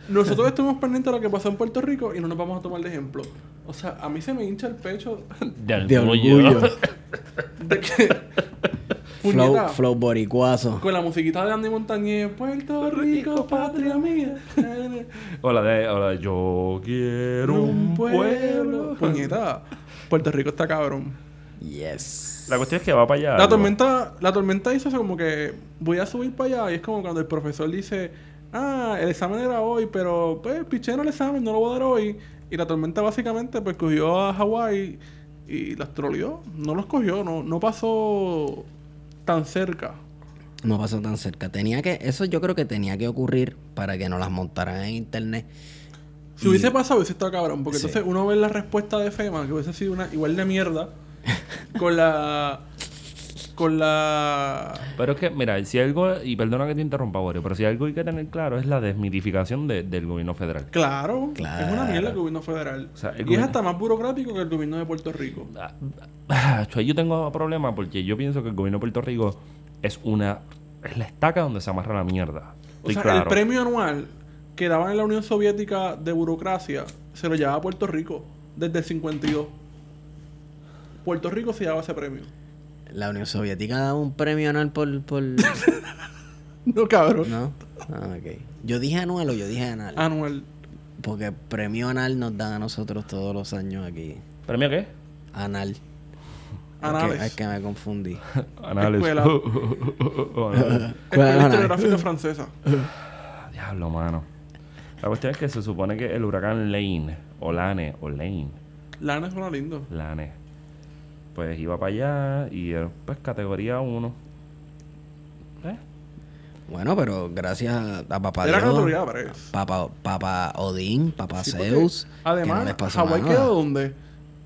Speaker 3: Nosotros estamos pendientes de lo que pasó en Puerto Rico y no nos vamos a tomar de ejemplo. O sea, a mí se me hincha el pecho
Speaker 2: De,
Speaker 1: de orgullo.
Speaker 3: de que.
Speaker 1: Flow,
Speaker 3: Puñeta,
Speaker 1: flow boricuazo.
Speaker 3: Con la musiquita de Andy Montañez, Puerto Rico, patria mía.
Speaker 2: Hola, de, hola, de, yo quiero
Speaker 3: un
Speaker 2: un
Speaker 3: pueblo.
Speaker 2: pueblo.
Speaker 3: Puñeta, Puerto Rico está cabrón.
Speaker 1: Yes.
Speaker 2: La cuestión es que va para allá.
Speaker 3: La
Speaker 2: algo.
Speaker 3: tormenta, la tormenta hizo eso como que voy a subir para allá y es como cuando el profesor dice, ah, el examen era hoy, pero pues piché no el examen, no lo voy a dar hoy. Y la tormenta básicamente pues cogió a Hawái y las troleó, no los cogió, no, no pasó tan cerca.
Speaker 1: No pasó tan cerca. Tenía que, eso yo creo que tenía que ocurrir para que no las montaran en internet.
Speaker 3: Si hubiese pasado hubiese estado cabrón, porque entonces uno ve la respuesta de FEMA, que hubiese sido una igual de mierda, con la... con la...
Speaker 2: Pero es que, mira, si algo, y perdona que te interrumpa, Borio, pero si algo hay que tener claro es la desmitificación de- del gobierno federal.
Speaker 3: Claro, es una
Speaker 1: Claro.
Speaker 3: mierda el gobierno federal.
Speaker 2: sea, el
Speaker 3: y
Speaker 2: gobierno-
Speaker 3: es hasta más burocrático que el gobierno de Puerto Rico.
Speaker 2: Ah, ah, Yo tengo problemas porque yo pienso que el gobierno de Puerto Rico es una. es la estaca donde se amarra la mierda.
Speaker 3: O
Speaker 2: Estoy
Speaker 3: sea,
Speaker 2: claro.
Speaker 3: el premio anual que daban en la Unión Soviética de burocracia se lo llevaba a Puerto Rico desde el 52. Puerto Rico se llevaba ese premio.
Speaker 1: La Unión Soviética daba un premio anual por. por...
Speaker 3: No, cabrón.
Speaker 1: ¿No? Ah, ok. Yo dije anual o yo dije anal.
Speaker 3: Anual.
Speaker 1: Porque premio anal nos dan a nosotros todos los años aquí.
Speaker 2: ¿Premio qué?
Speaker 1: Anal.
Speaker 3: Anales.
Speaker 1: Es que, es que me confundí.
Speaker 2: Anales.
Speaker 3: Escuela.
Speaker 2: oh, Anales.
Speaker 1: ¿Cuál es
Speaker 3: Escuela
Speaker 1: anal?
Speaker 3: historiográfica francesa.
Speaker 2: Diablo, mano. La cuestión es que se supone que el huracán Lane, o Lane, o Lane,
Speaker 3: Lana suena lindo.
Speaker 2: Lane,
Speaker 3: ¿Eh?
Speaker 2: pues iba para allá y era pues categoría 1.
Speaker 1: Bueno, pero gracias a, a papá
Speaker 3: Era
Speaker 1: Dios,
Speaker 3: controlada para eso.
Speaker 1: papá, papá Odín, papá
Speaker 3: Sí, porque
Speaker 1: Zeus. que no les
Speaker 3: Además,
Speaker 1: pasó
Speaker 3: Hawái
Speaker 1: nada.
Speaker 3: quedó donde?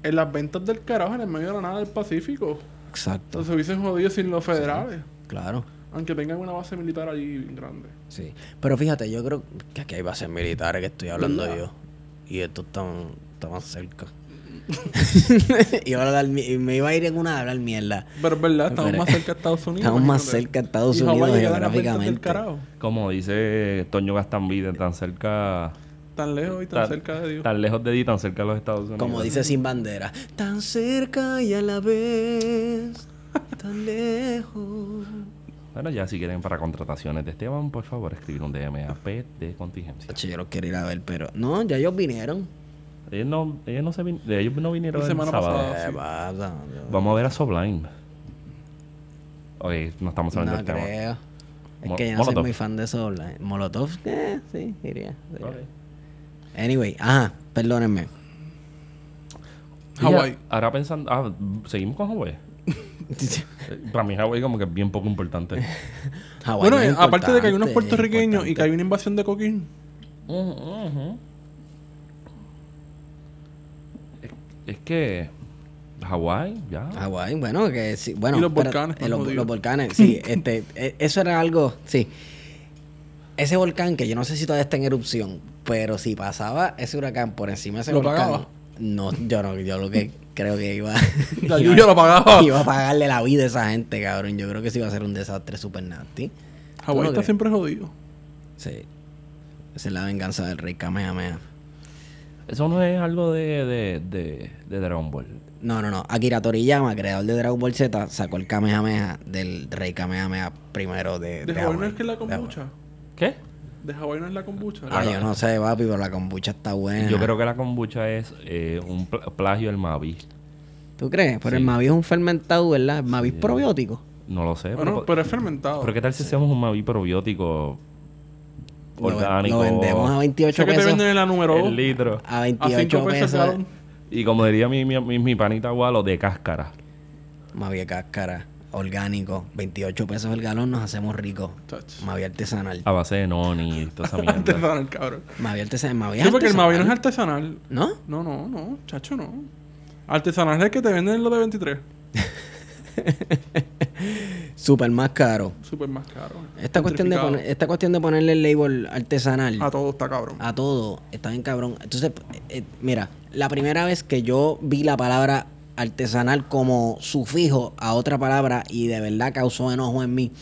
Speaker 3: En las ventas del carajo, en el medio de la nada del Pacífico.
Speaker 1: Exacto,
Speaker 3: Entonces hubiesen jodido sin los federales.
Speaker 1: claro.
Speaker 3: Aunque tengan una base militar allí bien grande.
Speaker 1: Sí. Pero fíjate, yo creo que aquí hay bases militares que estoy hablando yo. Y estos están, estaban cerca. iba a hablar mi- me iba a ir en una a hablar mierda.
Speaker 3: Pero es verdad, estamos
Speaker 1: Pero-
Speaker 3: más cerca de Estados Unidos.
Speaker 1: Estamos más
Speaker 3: imagínate.
Speaker 1: cerca de Estados
Speaker 3: Y Hawái
Speaker 1: Unidos
Speaker 3: queda en las ventas del
Speaker 1: geográficamente.
Speaker 3: carajo.
Speaker 2: Como dice Toño Gastambide, tan cerca.
Speaker 3: Tan lejos y tan, cerca de Dios.
Speaker 2: Tan lejos de ti, tan cerca de los Estados Unidos.
Speaker 1: Como dice Sin Bandera. Tan cerca y a la vez. Tan lejos.
Speaker 2: Bueno, ya si quieren para contrataciones de Esteban, por favor, escribir un DM a P de contingencia.
Speaker 1: Hacho, Yo los quiero ir a ver, pero. No, ya ellos vinieron.
Speaker 2: Ellos no, ellos no, se vin- ellos no vinieron
Speaker 3: La
Speaker 2: el
Speaker 3: semana
Speaker 2: sábado.
Speaker 3: pasada.
Speaker 1: ¿Qué
Speaker 3: sí.
Speaker 1: pasa? Yo-
Speaker 2: Ah, Vamos a ver a Sublime. Ok, no estamos hablando
Speaker 1: No
Speaker 2: del tema.
Speaker 1: creo. Es
Speaker 2: Mo-
Speaker 1: que yo no soy
Speaker 2: Molotov.
Speaker 1: muy fan de eso. ¿verdad? Molotov, eh, sí, iría. iría.
Speaker 2: Ok.
Speaker 1: Anyway, ajá, perdónenme.
Speaker 2: Y ya,
Speaker 3: Hawái.
Speaker 2: Ahora pensando. Ah, seguimos con Hawái. Eh, Para mí, Hawái, como que es bien poco importante.
Speaker 1: Hawái
Speaker 3: Bueno,
Speaker 1: no es
Speaker 3: eh, aparte de que hay unos
Speaker 1: importante,
Speaker 3: puertorriqueños y que hay
Speaker 1: importante.
Speaker 3: una invasión de coquín.
Speaker 2: Ujú, ujú. Es- Es que. Hawái, ya.
Speaker 1: Hawái, bueno, que sí. Bueno,
Speaker 3: Y los
Speaker 1: pero-
Speaker 3: volcanes,
Speaker 1: eh, los,
Speaker 3: más
Speaker 1: los
Speaker 3: jodidos.
Speaker 1: volcanes, sí. este, eh, eso era algo, sí. Ese volcán, que yo no sé si todavía está en erupción, pero si pasaba ese huracán por encima de ese
Speaker 3: Lo
Speaker 1: volcán.
Speaker 3: pagaba.
Speaker 1: No, yo no, yo lo que creo que iba. iba-
Speaker 3: La lluvia lo pagaba.
Speaker 1: Iba a pagarle la vida a esa gente, cabrón. Yo creo que sí iba a ser un desastre super nasty.
Speaker 3: Hawái
Speaker 1: no
Speaker 3: está
Speaker 1: crees?
Speaker 3: siempre jodido.
Speaker 1: Sí. Esa es la venganza del rey Kamehameha.
Speaker 2: Eso no es algo de, de, de, de Dragon Ball.
Speaker 1: No, no, no. Akira Toriyama, creador de Dragon Ball Z, sacó el Kamehameha del rey Kamehameha primero de.
Speaker 3: De Hawái no es que la kombucha.
Speaker 2: ¿Qué?
Speaker 3: De Hawái no es la kombucha.
Speaker 1: Ah, yo no sé, papi, pero la kombucha está buena.
Speaker 2: Yo creo que la kombucha es eh, un pla- plagio del Mavi.
Speaker 1: ¿Tú crees? Pero el Mavi es un fermentado, ¿verdad? El Mavi es probiótico.
Speaker 2: No lo sé.
Speaker 3: Bueno,
Speaker 2: pero,
Speaker 3: pero es fermentado.
Speaker 2: pero ¿qué tal si hacemos un Mavi probiótico
Speaker 1: Lo ven-
Speaker 2: orgánico?
Speaker 1: Lo, vendemos a 28
Speaker 3: Sé que te
Speaker 1: pesos.
Speaker 3: venden en la número 2.
Speaker 2: el litro.
Speaker 1: A
Speaker 3: A
Speaker 1: 28
Speaker 3: 5
Speaker 1: pesos.
Speaker 3: pesos cada uno.
Speaker 2: Y como diría mi, mi, mi- mi panita Gualo, de cáscara.
Speaker 1: Mavi de cáscara, orgánico. 28 pesos el galón, nos hacemos ricos.
Speaker 3: Chacho.
Speaker 1: Mavi artesanal.
Speaker 2: A base de noni y toda esa mierda.
Speaker 3: Artesanal, cabrón.
Speaker 1: Mavi artesanal. Mavi es
Speaker 3: Sí, porque el
Speaker 1: artesanal.
Speaker 3: Mavi no es artesanal.
Speaker 1: ¿No?
Speaker 3: No, no, no, chacho, no. Artesanal es el que te venden en lo de 23.
Speaker 1: Súper más caro.
Speaker 3: Súper más caro.
Speaker 1: Esta cuestión, de
Speaker 3: Gentrificado.
Speaker 1: poner- esta cuestión de ponerle el label artesanal
Speaker 3: A todo está cabrón.
Speaker 1: a todo está bien cabrón. Entonces, eh, mira, la primera vez que yo vi la palabra artesanal como sufijo a otra palabra y de verdad causó enojo en mí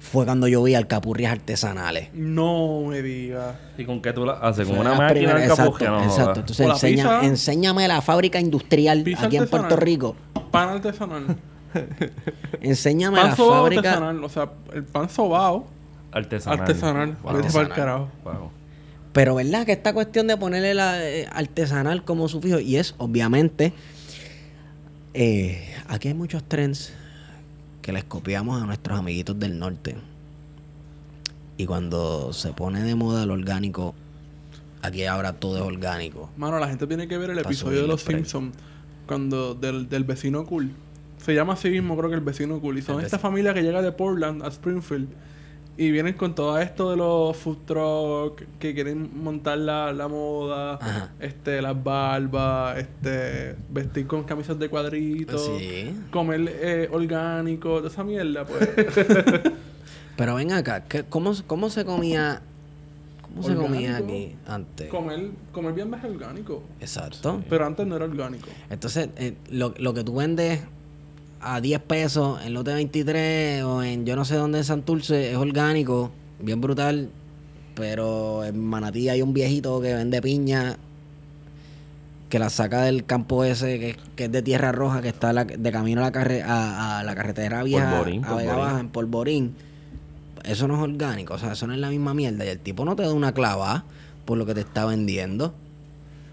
Speaker 1: fue cuando yo vi alcapurrias artesanales.
Speaker 3: No me digas.
Speaker 2: ¿Y con qué tú la haces? Con
Speaker 1: Fue
Speaker 2: una
Speaker 1: la
Speaker 2: máquina
Speaker 1: primera-
Speaker 2: de
Speaker 1: exacto,
Speaker 2: capuje, no
Speaker 1: exacto.
Speaker 2: jodas.
Speaker 1: Entonces,
Speaker 3: O la
Speaker 1: enseña-
Speaker 3: pizza.
Speaker 1: enséñame la fábrica industrial
Speaker 3: Pizza
Speaker 1: aquí en
Speaker 3: artesanal.
Speaker 1: Puerto Rico.
Speaker 3: Pan artesanal.
Speaker 1: Enséñame
Speaker 3: pan
Speaker 1: la
Speaker 3: sobao
Speaker 1: fábrica.
Speaker 3: artesanal. O sea, el pan sobao
Speaker 2: Artesanal.
Speaker 3: artesanal.
Speaker 2: Wow.
Speaker 3: Vete pa'l carajo.
Speaker 2: Wow.
Speaker 1: Pero verdad que esta cuestión de ponerle la eh, artesanal como sufijo, y es obviamente, eh, aquí hay muchos trends que les copiamos a nuestros amiguitos del norte. Y cuando se pone de moda lo orgánico, aquí ahora todo es orgánico.
Speaker 3: Mano, la gente tiene que ver el
Speaker 1: Para
Speaker 3: episodio de
Speaker 1: subirle
Speaker 3: Los
Speaker 1: por ahí.
Speaker 3: Simpsons. Cuando del, del vecino cool. Se llama así mismo, creo que el vecino cool. Y son
Speaker 1: El
Speaker 3: esta
Speaker 1: vecino.
Speaker 3: familia que llega de Portland a Springfield. Y vienen con todo esto de los food truck que quieren montar la, la moda,
Speaker 1: Ajá.
Speaker 3: este las barbas, este vestir con camisas de cuadritos,
Speaker 1: Sí.
Speaker 3: comer eh, orgánico, toda esa mierda, pues.
Speaker 1: Pero ven acá, ¿qué- cómo, ¿cómo se comía? ¿Cómo se comía
Speaker 3: Orgánico.
Speaker 1: aquí antes?
Speaker 3: comer, comer bien más orgánico.
Speaker 1: Exacto.
Speaker 3: Pero antes no era orgánico.
Speaker 1: Entonces, eh, lo, lo que tú vendes a 10 pesos en lote 23 o en yo no sé dónde en Santurce es orgánico, bien brutal, pero en Manatí hay un viejito que vende piña que la saca del campo ese que, que es de tierra roja que está la- de camino a la, carre- a, a la carretera vieja
Speaker 2: Polvorín,
Speaker 1: a Vega
Speaker 2: Polvorín.
Speaker 1: Baja, en Polvorín. Eso no es orgánico, o sea, eso no es la misma mierda y el tipo no te da una clava por lo que te está vendiendo.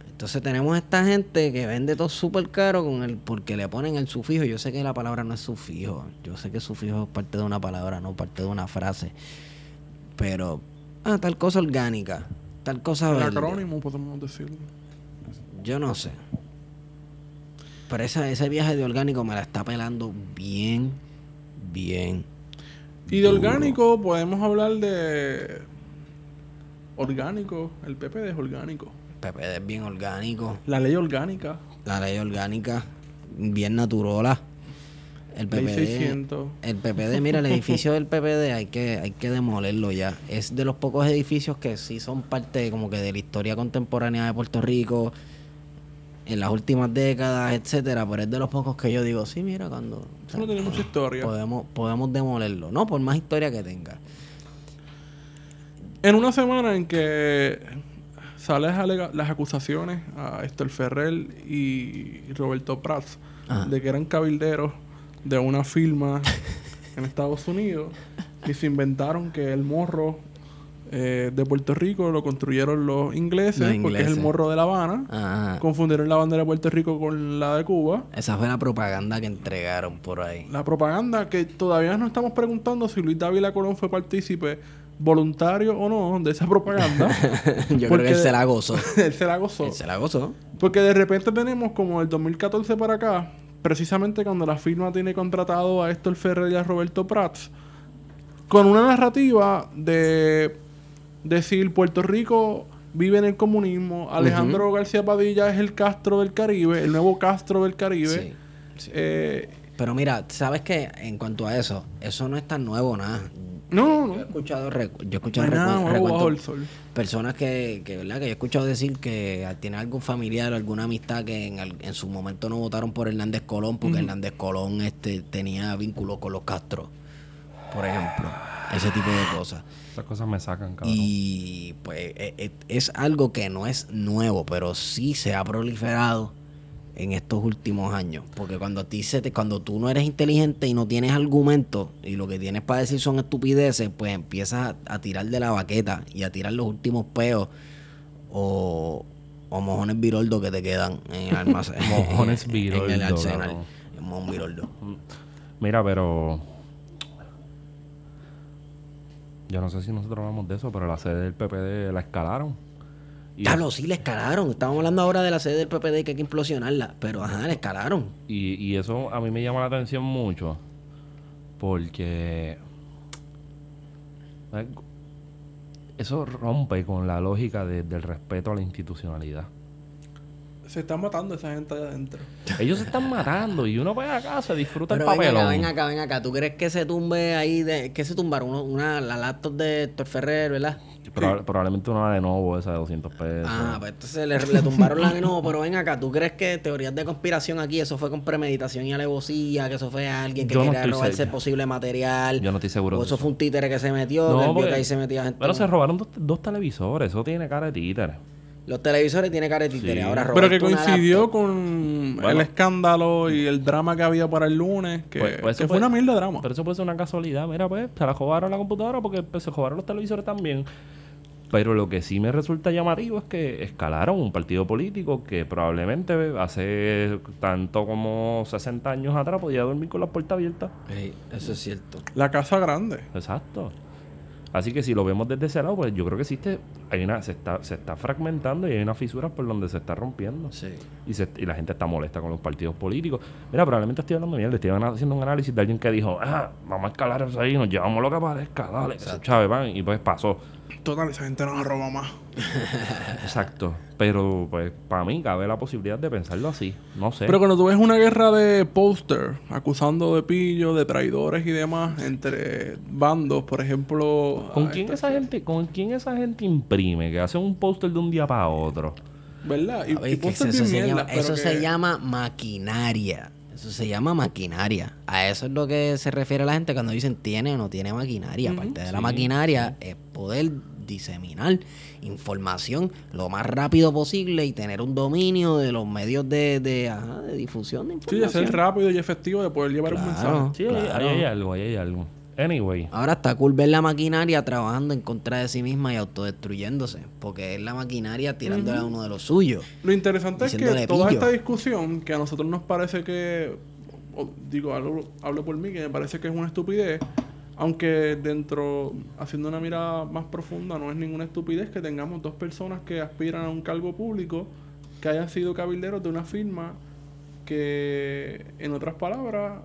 Speaker 1: Entonces tenemos esta gente que vende todo súper caro con el, porque le ponen el sufijo. Yo sé que la palabra no es sufijo. Yo sé que sufijo es parte de una palabra, no parte de una frase. Pero, ah, tal cosa orgánica, tal cosa
Speaker 3: El
Speaker 1: verde.
Speaker 3: acrónimo, podemos decirlo.
Speaker 1: Yo no sé. Pero esa- ese viaje de orgánico me la está pelando bien, bien
Speaker 3: Y de orgánico podemos hablar de... Orgánico. El PPD es orgánico.
Speaker 1: Pepe es bien orgánico.
Speaker 3: La ley orgánica.
Speaker 1: La ley orgánica, bien naturola. El
Speaker 3: Ley
Speaker 1: PPD,
Speaker 3: 600.
Speaker 1: el PPD, mira, el edificio del PPD hay que, hay que demolerlo ya. Es de los pocos edificios que sí son parte como que de la historia contemporánea de Puerto Rico, en las últimas décadas, etcétera, pero es de los pocos que yo digo, sí, mira, cuando o
Speaker 3: Eso
Speaker 1: sea,
Speaker 3: no tiene mucha historia.
Speaker 1: podemos, podemos demolerlo, no por más historia que tenga.
Speaker 3: En una semana en que salen las alega- las acusaciones a Héctor Ferrer y Roberto Prats
Speaker 1: Ajá.
Speaker 3: de que eran cabilderos de una firma en Estados Unidos y se inventaron que el morro eh, de Puerto Rico lo construyeron los ingleses,
Speaker 1: Los
Speaker 3: porque es el
Speaker 1: ingleses. Ah.
Speaker 3: morro de La Habana.
Speaker 1: Ajá.
Speaker 3: Confundieron la bandera de Puerto Rico con la de Cuba.
Speaker 1: Esa fue la propaganda que entregaron por ahí.
Speaker 3: La propaganda que todavía nos estamos preguntando si Luis Dávila Colón fue partícipe voluntario o no de esa propaganda.
Speaker 1: yo creo
Speaker 3: Porque-
Speaker 1: que él se la gozó.
Speaker 3: Él se la gozó.
Speaker 1: él se la gozó.
Speaker 3: Porque de repente tenemos como el 2014 para acá, precisamente cuando la firma tiene contratado a Héctor Ferrer y a Roberto Prats, con una narrativa de decir Puerto Rico vive en el comunismo, Alejandro García Padilla es el Castro del Caribe, el nuevo Castro del Caribe.
Speaker 1: Sí.
Speaker 3: Eh,
Speaker 1: Pero mira, ¿sabes qué? En cuanto a eso, eso no es tan nuevo, nada.
Speaker 3: no,
Speaker 1: Yo he
Speaker 3: no,
Speaker 1: escuchado, recu- yo he
Speaker 3: no
Speaker 1: escuchado
Speaker 3: hay nada
Speaker 1: recu-
Speaker 3: nuevo
Speaker 1: recuentos-
Speaker 3: bajo el sol.
Speaker 1: personas que, que, ¿verdad? que yo he escuchado decir que tiene algún familiar o alguna amistad que en, al- en su momento no votaron por Hernández Colón porque Hernández Colón este, tenía vínculos con los Castro, por ejemplo. Ese tipo de cosas.
Speaker 2: Esas cosas me sacan, cabrón.
Speaker 1: Y pues e- e- es algo que no es nuevo, pero sí se ha proliferado en estos últimos años. Porque cuando a ti se te- cuando tú no eres inteligente y no tienes argumentos y lo que tienes para decir son estupideces, pues empiezas a, a tirar de la baqueta y a tirar los últimos peos o, o mojones viroldo que te quedan en el almacén.
Speaker 2: Mojones
Speaker 1: En el
Speaker 2: viroldo,
Speaker 1: arsenal.
Speaker 2: cabrón.
Speaker 1: Mojón viroldo.
Speaker 2: Mira, pero. Yo no sé si nosotros hablamos de eso, pero la sede del PPD la escalaron. Y,
Speaker 1: Ya lo sí, le escalaron. Estamos hablando ahora de la sede del PPD que hay que implosionarla. Pero ajá, le escalaron.
Speaker 2: y- y eso a mí me llama la atención mucho. Porque. ¿sabes? Eso rompe con la lógica de- del respeto a la institucionalidad.
Speaker 3: Se está matando esa gente allá adentro.
Speaker 2: Ellos se están matando y uno va a casa, disfruta
Speaker 1: Pero
Speaker 2: el
Speaker 1: ven acá,
Speaker 2: papelón.
Speaker 1: ven acá, ven acá. ¿Tú crees que se tumbe ahí? De, ¿Qué se tumbaron? Uno- Una, la laptop de Héctor Ferrer, ¿verdad?
Speaker 2: Proba- Probablemente una de nuevo esa de 200 pesos.
Speaker 1: Ah, pues entonces le, le tumbaron la de nuevo. Pero ven acá, ¿tú crees que teorías de conspiración aquí, eso fue con premeditación y alevosía? ¿Que eso fue alguien que
Speaker 2: Yo no
Speaker 1: quería
Speaker 2: estoy
Speaker 1: robarse
Speaker 2: seguro.
Speaker 1: el posible material?
Speaker 2: Yo no estoy seguro
Speaker 1: ¿O
Speaker 2: de
Speaker 1: eso
Speaker 2: eso.
Speaker 1: fue un títere que se metió? que él vio
Speaker 2: porque-
Speaker 1: que ahí se metía gente.
Speaker 2: Bueno, se robaron dos, dos televisores. Eso tiene cara de títere.
Speaker 1: Los televisores tienen cara de títere.
Speaker 2: Sí.
Speaker 1: Ahora
Speaker 3: Pero que
Speaker 1: robarte una
Speaker 3: coincidió
Speaker 1: laptop.
Speaker 3: con el
Speaker 2: Bueno.
Speaker 3: escándalo y el drama que había para el lunes, que,
Speaker 2: Pues- pues eso
Speaker 3: que fue
Speaker 2: fue-
Speaker 3: una mierda de drama.
Speaker 2: Pero eso puede ser una casualidad. Mira, pues, se la robaron la computadora porque pues, se robaron los televisores también. Pero lo que sí me resulta llamativo es que escalaron un partido político que probablemente hace tanto como 60 años atrás podía dormir con las puertas abiertas.
Speaker 1: Ey, eso es cierto.
Speaker 3: La casa grande.
Speaker 2: Exacto. Así que si lo vemos desde ese lado, pues yo creo que existe, hay una, se está, se está fragmentando y hay unas fisuras por donde se está rompiendo.
Speaker 1: Sí.
Speaker 2: Y, se- y la gente está molesta con los partidos políticos. Mira, probablemente estoy hablando mierda, estoy haciendo un análisis de alguien que dijo, ah, vamos a escalar eso ahí, nos llevamos lo que parezca, dale, chave, van, y pues pasó.
Speaker 3: Total, esa gente nos roba más.
Speaker 2: Exacto. Pero pues para mí cabe la posibilidad de pensarlo así. No sé.
Speaker 3: Pero cuando tú ves una guerra de póster acusando de pillo, de traidores y demás entre bandos, por ejemplo.
Speaker 2: ¿Con
Speaker 3: a
Speaker 2: quién
Speaker 3: esta-
Speaker 2: esa gente, con quién esa gente imprime? Que hace un póster de un día para otro.
Speaker 3: ¿Verdad? Y,
Speaker 1: A ver,
Speaker 3: y
Speaker 1: que
Speaker 3: póster
Speaker 1: eso,
Speaker 3: bien
Speaker 1: se,
Speaker 3: mierda,
Speaker 1: llama,
Speaker 3: pero
Speaker 1: eso
Speaker 3: que-
Speaker 1: se llama maquinaria. Eso se llama maquinaria. A eso es lo que se refiere la gente cuando dicen tiene o no tiene maquinaria. Parte de la maquinaria es poder diseminar información lo más rápido posible y tener un dominio de los medios de, de, ajá, de difusión de
Speaker 3: Sí, de
Speaker 1: información.
Speaker 3: ser rápido y efectivo, de poder llevar un
Speaker 1: Claro.
Speaker 3: mensaje.
Speaker 2: Sí, ahí-
Speaker 1: Claro.
Speaker 2: ahí hay algo, ahí hay algo. Anyway.
Speaker 1: Ahora está cool ver la maquinaria trabajando en contra de sí misma y autodestruyéndose, porque es la maquinaria tirándole a uno de los suyos.
Speaker 3: Lo interesante es que
Speaker 1: Diciéndole
Speaker 3: toda
Speaker 1: pillo.
Speaker 3: esta discusión, que a nosotros nos parece que, o- digo, hablo, hablo por mí, que me parece que es una estupidez, aunque dentro, haciendo una mirada más profunda, no es ninguna estupidez que tengamos dos personas que aspiran a un cargo público, que hayan sido cabilderos de una firma que, en otras palabras,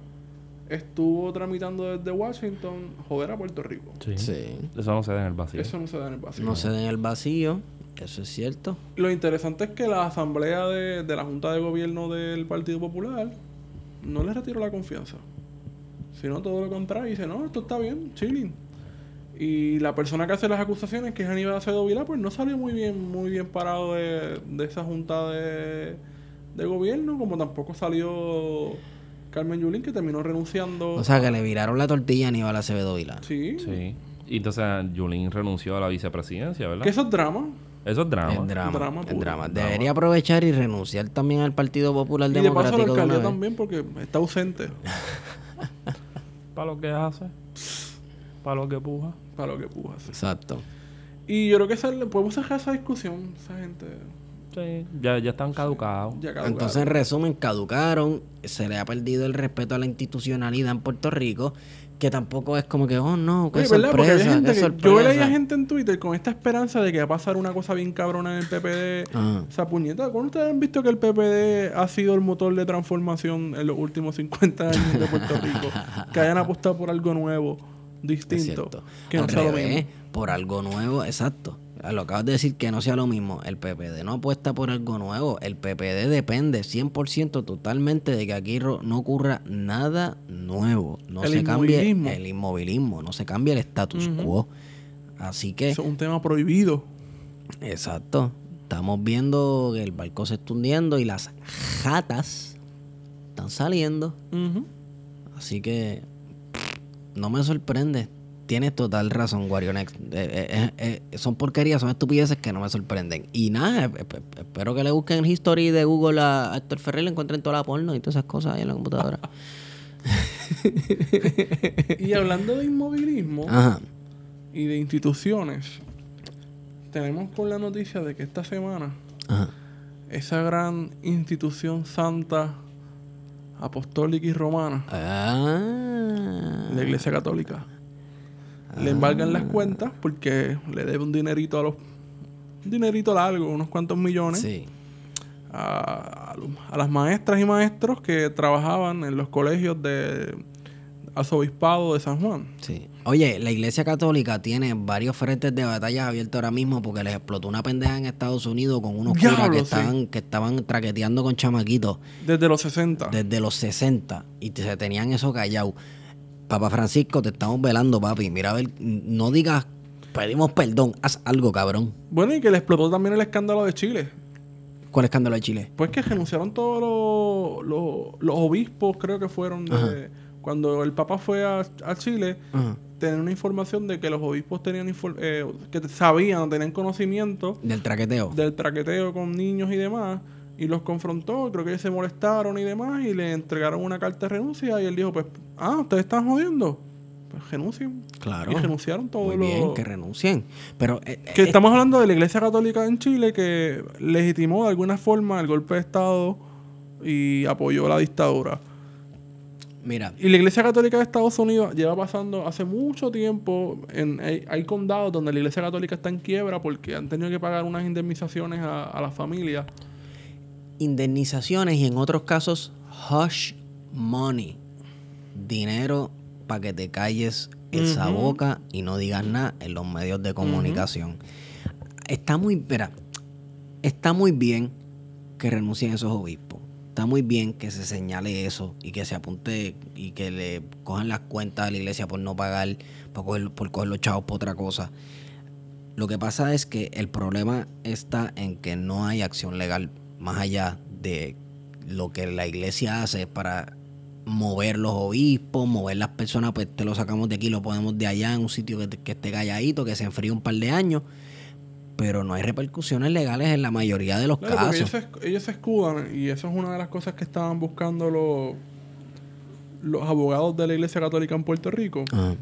Speaker 3: estuvo tramitando desde Washington joder a Puerto Rico.
Speaker 2: Sí.
Speaker 1: Sí.
Speaker 2: Eso no se da en el vacío.
Speaker 3: Eso no se da en el Pacífico.
Speaker 1: No se den el vacío. Eso es cierto.
Speaker 3: Lo interesante es que la asamblea de, de la Junta de Gobierno del Partido Popular no le retiró la confianza. Sino todo lo contrario. Dice, no, esto está bien, chilling. Y la persona que hace las acusaciones, que es Aníbal Acevedo Vilá, pues no salió muy bien, muy bien parado de, de esa Junta de, de Gobierno, como tampoco salió Carmen Yulín, que terminó renunciando.
Speaker 1: O sea, que le viraron la tortilla a Aníbal Acevedo Vila.
Speaker 3: sí.
Speaker 2: Sí. Y entonces Yulín renunció a la vicepresidencia, ¿verdad?
Speaker 3: Que eso es drama.
Speaker 2: Eso es drama.
Speaker 1: Es drama.
Speaker 3: Drama
Speaker 1: es
Speaker 3: puro.
Speaker 1: drama. Debería aprovechar y renunciar también al Partido Popular
Speaker 3: Y de paso
Speaker 1: Democrático.
Speaker 3: la
Speaker 1: de
Speaker 3: alcaldía
Speaker 1: una vez.
Speaker 3: también, porque está ausente.
Speaker 2: Para lo que hace. Para lo que puja.
Speaker 3: para lo que pudo hacer.
Speaker 1: Exacto.
Speaker 3: Y yo creo que esa- podemos dejar esa discusión, esa gente.
Speaker 2: Sí. Ya, ya están caducados.
Speaker 3: Ya caducaron.
Speaker 1: Entonces, en resumen, caducaron, se le ha perdido el respeto a la institucionalidad en Puerto Rico, que tampoco es como que, oh no, qué
Speaker 3: Oye, ¿verdad? Porque había
Speaker 1: sorpresa,
Speaker 3: gente
Speaker 1: qué
Speaker 3: que-
Speaker 1: sorpresa.
Speaker 3: yo leía gente en Twitter con esta esperanza de que va a pasar una cosa bien cabrona en el PPD.
Speaker 1: Ajá.
Speaker 3: Esa puñeta, ¿cuándo ustedes han visto que el PPD ha sido el motor de transformación en los últimos 50 años de Puerto Rico? que hayan apostado por algo nuevo,
Speaker 1: Es
Speaker 3: distinto.
Speaker 1: cierto.
Speaker 3: Que no
Speaker 1: Al
Speaker 3: sea lo
Speaker 1: revés,
Speaker 3: mismo.
Speaker 1: por algo nuevo, exacto. Ah, Lo acabas de decir que no sea lo mismo. El PPD no apuesta por algo nuevo. El PPD depende 100% totalmente de que aquí ro- no ocurra nada nuevo. No
Speaker 3: El
Speaker 1: se cambie
Speaker 3: inmovilismo.
Speaker 1: el inmovilismo, no se cambie el status quo. Así que,
Speaker 3: Eso es un tema prohibido.
Speaker 1: exacto. Estamos viendo que el barco se está hundiendo y las jatas están saliendo.
Speaker 3: Ujú.
Speaker 1: Así que no me sorprende. Tienes total razón, Wario Next. Eh, eh, eh, eh, son porquerías, son estupideces que no me sorprenden. Y nada, esp- esp- espero que le busquen en History de Google a a Héctor Ferrer, le encuentren toda la porno y todas esas cosas ahí en la computadora.
Speaker 3: Y hablando de inmovilismo.
Speaker 1: Ajá.
Speaker 3: y de instituciones, tenemos con la noticia de que esta semana
Speaker 1: Ajá.
Speaker 3: esa gran institución santa, apostólica y romana,
Speaker 1: Ah.
Speaker 3: la Iglesia Católica, le embargan las cuentas porque le debe un dinerito a los. Un dinerito largo, unos cuantos millones,
Speaker 1: Sí.
Speaker 3: a, a los- a las maestras y maestros que trabajaban en los colegios de arzobispado de San Juan.
Speaker 1: Sí. Oye, la Iglesia Católica tiene varios frentes de batalla abiertos ahora mismo porque les explotó una pendeja en Estados Unidos con unos curas
Speaker 3: Diablo,
Speaker 1: que
Speaker 3: sí.
Speaker 1: estaban, que estaban traqueteando con chamaquitos.
Speaker 3: Desde los 60.
Speaker 1: desde los 60 y te- se tenían eso callado. Papá Francisco, te estamos velando, papi. Mira, a ver, no digas, pedimos perdón, haz algo, cabrón.
Speaker 3: Bueno, y que le explotó también el escándalo de Chile.
Speaker 1: ¿Cuál escándalo de Chile?
Speaker 3: Pues que renunciaron todos los, los- los obispos, creo que fueron, de- cuando el Papa fue a, a Chile,
Speaker 1: Ajá.
Speaker 3: tenían una información de que los obispos tenían infor- eh, que sabían, tenían conocimiento
Speaker 1: Del traqueteo.
Speaker 3: del traqueteo con niños y demás, y los confrontó, creo que ellos se molestaron y demás, y le entregaron una carta de renuncia, y él dijo, pues, ah, ustedes están jodiendo, pues renuncien.
Speaker 1: Claro.
Speaker 3: Y renunciaron todos
Speaker 1: Muy bien,
Speaker 3: los...
Speaker 1: que renuncien. Pero eh, eh,
Speaker 3: Que estamos hablando de la Iglesia Católica en Chile que legitimó de alguna forma el golpe de Estado y apoyó la dictadura.
Speaker 1: mira,
Speaker 3: Y la Iglesia Católica de Estados Unidos lleva pasando hace mucho tiempo, en, hay, hay condados donde la Iglesia Católica está en quiebra porque han tenido que pagar unas indemnizaciones a, a las familias.
Speaker 1: indemnizaciones y en otros casos, hush money. Dinero para que te calles esa boca y no digas nada en los medios de comunicación. Está muy, mira, está muy bien que renuncien esos obispos. Está muy bien que se señale eso y que se apunte y que le cojan las cuentas a la iglesia por no pagar, por coger, por coger los chavos por otra cosa. Lo que pasa es que el problema está en que no hay acción legal más allá de lo que la iglesia hace para mover los obispos, mover las personas, pues te lo sacamos de aquí, lo ponemos de allá en un sitio que, que esté calladito, que se enfríe un par de años, pero no hay repercusiones legales en la mayoría de los
Speaker 3: Claro, porque ellos
Speaker 1: casos.
Speaker 3: se, esc- ellos se escudan y eso es una de las cosas que estaban buscando los, los abogados de la Iglesia Católica en Puerto Rico.
Speaker 1: Ajá.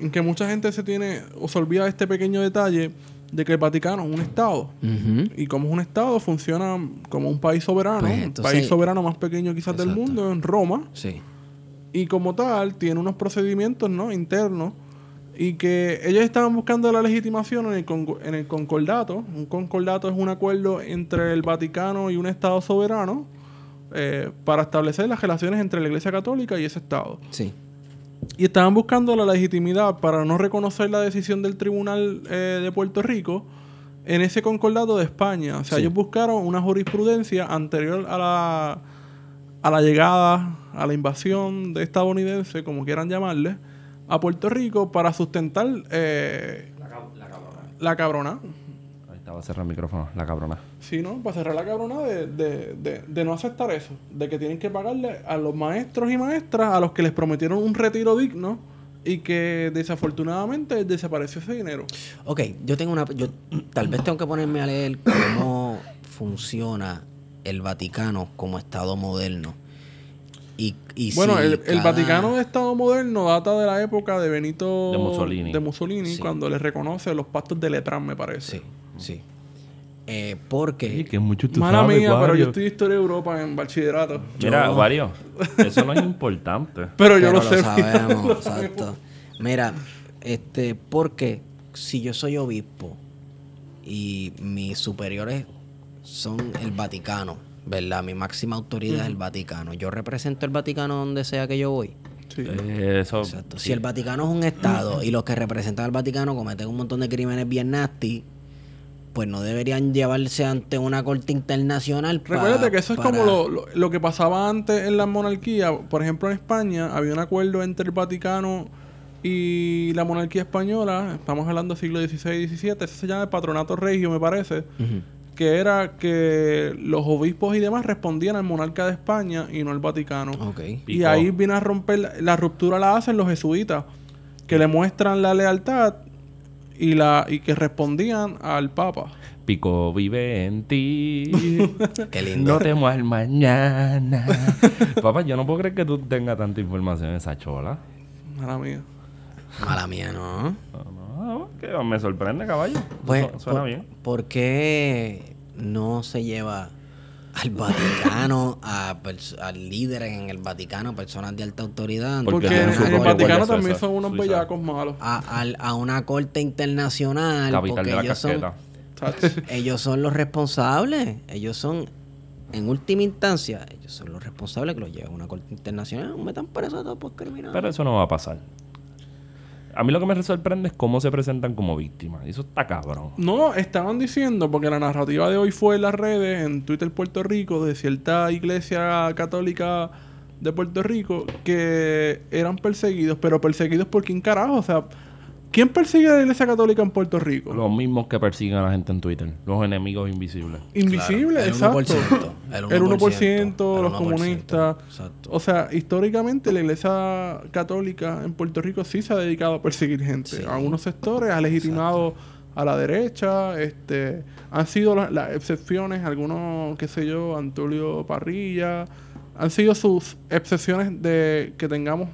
Speaker 3: en que mucha gente se tiene o se olvida de este pequeño detalle de que el Vaticano es un Estado.
Speaker 1: Ujú.
Speaker 3: Y como es un Estado, funciona como un país soberano,
Speaker 1: Pues,
Speaker 3: un
Speaker 1: entonces-
Speaker 3: país soberano más pequeño quizás del
Speaker 1: Exacto.
Speaker 3: mundo, en Roma.
Speaker 1: Sí.
Speaker 3: Y como tal, tiene unos procedimientos ¿no? internos. Y que ellos estaban buscando la legitimación en el, conco- en el concordato. Un concordato es un acuerdo entre el Vaticano y un Estado soberano eh, para establecer las relaciones entre la Iglesia Católica y ese Estado.
Speaker 1: Sí.
Speaker 3: Y estaban buscando la legitimidad para no reconocer la decisión del Tribunal eh, de Puerto Rico en ese concordato de España. O sea,
Speaker 1: Sí.
Speaker 3: ellos buscaron una jurisprudencia anterior a la, a la llegada, a la invasión de estadounidense, como quieran llamarle, a Puerto Rico para sustentar eh, la cabrona.
Speaker 2: Ahí estaba cerrado el micrófono, la cabrona.
Speaker 3: Sí, ¿no? Para cerrar la cabrona de, de, de, de no aceptar eso. De que tienen que pagarle a los maestros y maestras a los que les prometieron un retiro digno y que desafortunadamente desapareció ese dinero.
Speaker 1: Ok, yo tengo una. Yo tal vez tengo que ponerme a leer cómo funciona el Vaticano como Estado moderno. Y, y
Speaker 3: bueno,
Speaker 1: si
Speaker 3: el, el
Speaker 1: cada-
Speaker 3: Vaticano de Estado moderno data de la época de Benito...
Speaker 2: De Mussolini.
Speaker 3: de Mussolini,
Speaker 1: Sí.
Speaker 3: cuando le reconoce los pactos de Letrán, me parece.
Speaker 1: Sí, sí. Eh, porque.
Speaker 2: que mucho
Speaker 3: Mala mía, pero yo estudié Historia de Europa en bachillerato.
Speaker 2: Mira,
Speaker 1: Yo-
Speaker 2: Wario, eso no es importante.
Speaker 3: Pero yo lo,
Speaker 1: pero
Speaker 3: sé.
Speaker 1: sabemos, exacto. Mira, este, porque si yo soy obispo y mis superiores son el Vaticano, ¿verdad? Mi máxima autoridad es el Vaticano. Yo represento el Vaticano donde sea que yo voy.
Speaker 3: Sí.
Speaker 2: Eh, eso.
Speaker 1: Exacto. Si el Vaticano es un estado y los que representan al Vaticano cometen un montón de crímenes bien nasty, pues no deberían llevarse ante una corte internacional. pa-
Speaker 3: Recuérdate que eso es
Speaker 1: para-
Speaker 3: como lo, lo- lo que pasaba antes en la monarquía. Por ejemplo, en España había un acuerdo entre el Vaticano y la monarquía española. Estamos hablando del siglo XVI y XVII. Eso se llama el patronato regio, me parece.
Speaker 1: Ujú.
Speaker 3: Que era que los obispos y demás respondían al monarca de España y no al Vaticano.
Speaker 1: Ok.
Speaker 3: Y
Speaker 2: Picó.
Speaker 3: ahí viene a romper la, la ruptura la hacen los jesuitas, que le muestran la lealtad y la y que respondían al Papa.
Speaker 2: Pico vive en ti.
Speaker 1: Qué lindo.
Speaker 2: no temo al mañana. Papá, yo no puedo creer que tú tengas tanta información en esa chola.
Speaker 3: Mala mía.
Speaker 1: Mala mía, ¿no?
Speaker 2: No, no, que Ah, me sorprende, caballo.
Speaker 1: Pues,
Speaker 2: Su- suena
Speaker 1: por,
Speaker 2: bien.
Speaker 1: ¿por qué no se lleva al Vaticano, a, pers- a líderes en el Vaticano, personas de alta autoridad?
Speaker 2: Porque
Speaker 3: Porque en
Speaker 2: tienen su
Speaker 3: en el
Speaker 2: propia
Speaker 3: Vaticano
Speaker 2: Guardia
Speaker 3: también
Speaker 2: Suiza.
Speaker 3: son unos
Speaker 2: Suiza.
Speaker 3: bellacos malos.
Speaker 1: a, al- a una corte internacional?
Speaker 2: Capital
Speaker 1: porque
Speaker 2: de la
Speaker 1: ellos son-
Speaker 2: casqueta.
Speaker 3: Chacho.
Speaker 1: ellos son los responsables. Ellos son, en última instancia, ellos son los responsables que los llevan a una corte internacional. No metan preso a todos por criminales.
Speaker 2: Pero eso no va a pasar. A mí lo que me sorprende es cómo se presentan como víctimas. Eso está cabrón.
Speaker 3: No, estaban diciendo, porque la narrativa de hoy fue en las redes, en Twitter Puerto Rico, de cierta iglesia católica de Puerto Rico, que eran perseguidos, pero perseguidos por quién carajo, o sea, ¿quién persigue a la iglesia católica en Puerto Rico?
Speaker 2: Los mismos que persiguen a la gente en Twitter. Los enemigos invisibles.
Speaker 1: Claro,
Speaker 3: Invisible,
Speaker 1: el
Speaker 3: exacto.
Speaker 1: 1%, el 1%,
Speaker 3: el 1%,
Speaker 1: el
Speaker 3: los
Speaker 1: 1%,
Speaker 3: comunistas.
Speaker 1: exacto.
Speaker 3: O sea, históricamente la iglesia católica en Puerto Rico sí se ha dedicado a perseguir gente.
Speaker 1: Sí.
Speaker 3: A algunos sectores, ha legitimado a la derecha, este, han sido la- las, excepciones, algunos, qué sé yo, Antulio Parrilla, han sido sus excepciones de que tengamos,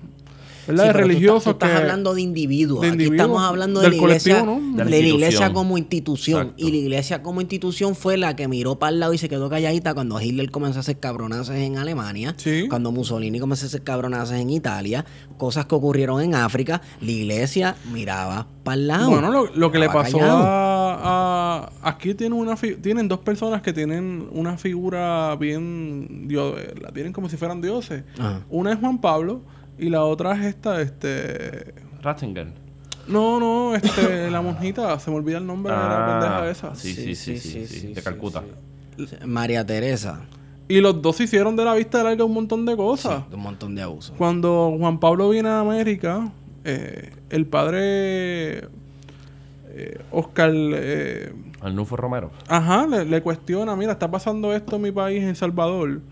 Speaker 3: ¿verdad?
Speaker 1: Sí, pero
Speaker 3: de
Speaker 1: tú
Speaker 3: religiosos
Speaker 1: estás- tú estás
Speaker 3: que-
Speaker 1: hablando de individuos.
Speaker 3: de
Speaker 1: Aquí
Speaker 3: individuos,
Speaker 1: estamos hablando de
Speaker 3: del
Speaker 1: la iglesia,
Speaker 3: colectivo, ¿no?
Speaker 2: De la
Speaker 1: de la iglesia
Speaker 2: institución.
Speaker 1: como institución.
Speaker 2: Exacto.
Speaker 1: Y la iglesia como institución fue la que miró para el lado y se quedó calladita cuando Hitler comenzó a hacer cabronazas en Alemania,
Speaker 3: Sí.
Speaker 1: cuando Mussolini comenzó a hacer cabronazas en Italia, cosas que ocurrieron en África. La iglesia miraba para el lado.
Speaker 3: Bueno, lo, lo que le
Speaker 1: Estaba
Speaker 3: pasó
Speaker 1: callado.
Speaker 3: a, a- Aquí tienen, una fi- tienen dos personas que tienen una figura bien... dio- la tienen como si fueran dioses.
Speaker 1: Ajá.
Speaker 3: Una es Juan Pablo y la otra es esta, este...
Speaker 2: Ratzinger.
Speaker 3: No, no, este, la monjita, se me olvida el nombre de la pendeja esa.
Speaker 2: Ah, sí, sí, sí, sí, sí, De Calcuta.
Speaker 1: María Teresa.
Speaker 3: Y los dos hicieron de la vista larga un montón de cosas.
Speaker 1: Sí, un montón de abusos.
Speaker 3: Cuando Juan Pablo viene a América, eh, el padre... eh, Oscar... eh,
Speaker 2: Arnulfo Romero.
Speaker 3: Ajá, le, le cuestiona, mira, está pasando esto en mi país, en Salvador,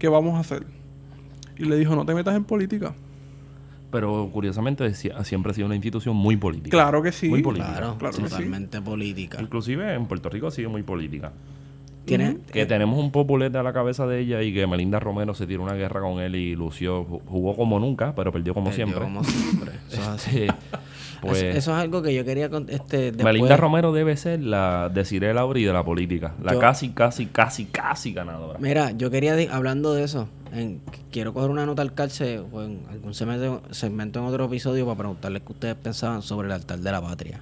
Speaker 3: ¿qué vamos a hacer? Y le dijo, no te metas en política.
Speaker 2: Pero curiosamente si- siempre ha sido una institución muy política.
Speaker 3: Claro que sí.
Speaker 2: Muy política.
Speaker 1: Claro,
Speaker 3: Claro que sí.
Speaker 1: totalmente política.
Speaker 2: Inclusive en Puerto Rico ha sido muy política.
Speaker 1: Tiene-
Speaker 2: Que tenemos un populete a la cabeza de ella y que Melinda Romero se tiró una guerra con él y lució, ju- jugó como nunca, pero perdió como
Speaker 1: Perdió
Speaker 2: siempre.
Speaker 1: como siempre. Eso es así.
Speaker 2: Este, pues
Speaker 1: eso, eso es algo que yo quería con- este, después-
Speaker 2: Melinda Romero debe ser la de Cirela Lauri de la política. La
Speaker 1: Yo-
Speaker 2: casi, casi, casi, casi ganadora.
Speaker 1: Mira, yo quería, de- hablando de eso, en- quiero coger una nota al cárcel o en algún segmento, segmento en otro episodio para preguntarles qué ustedes pensaban sobre el altar de la patria.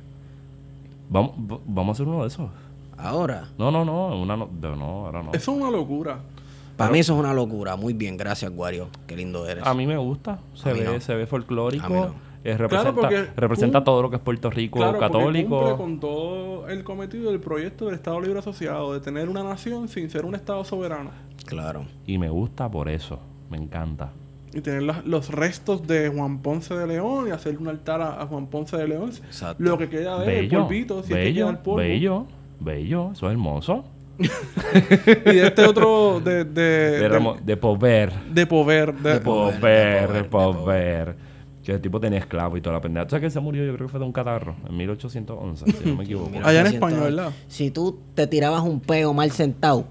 Speaker 2: Vamos, v- vamos a hacer uno de esos.
Speaker 1: Ahora,
Speaker 2: No, no, no. Una no, no, ahora no.
Speaker 3: Eso es una locura.
Speaker 1: Para mí eso es una locura. Muy bien, gracias, Guario. Qué lindo eres.
Speaker 2: A mí me gusta, se
Speaker 1: A mí
Speaker 2: ve,
Speaker 1: no.
Speaker 2: se ve folclórico,
Speaker 1: A mí no.
Speaker 2: eh, representa,
Speaker 3: porque
Speaker 2: representa
Speaker 3: cum-
Speaker 2: todo lo que es Puerto Rico
Speaker 3: Claro, porque cumple
Speaker 2: católico.
Speaker 3: con todo el cometido del proyecto del Estado Libre Asociado, de tener una nación sin ser un Estado soberano
Speaker 1: Claro.
Speaker 2: Y me gusta por eso, me encanta.
Speaker 3: y tener las- los restos de Juan Ponce de León y hacer un altar a, a Juan Ponce de León.
Speaker 1: Exacto.
Speaker 3: Lo que queda de él, el
Speaker 2: Bello,
Speaker 3: polvito, si es que queda
Speaker 2: bello,
Speaker 3: el polvo.
Speaker 2: bello, bello, eso es hermoso.
Speaker 3: Y de este otro de, Eh, de,
Speaker 2: De, Ramo- de poder,
Speaker 3: de poder.
Speaker 2: de
Speaker 3: De,
Speaker 2: poder,
Speaker 1: poder,
Speaker 2: de
Speaker 1: de poder.
Speaker 2: poder. Que el tipo tenía esclavo y toda la pendeja. ¿Tú sabes que él se murió? Yo creo que fue de un catarro, en 1811, si no me equivoco.
Speaker 1: Mira,
Speaker 3: Allá en
Speaker 1: siento-
Speaker 3: España, ¿verdad?
Speaker 1: Si tú te tirabas un peo mal sentado,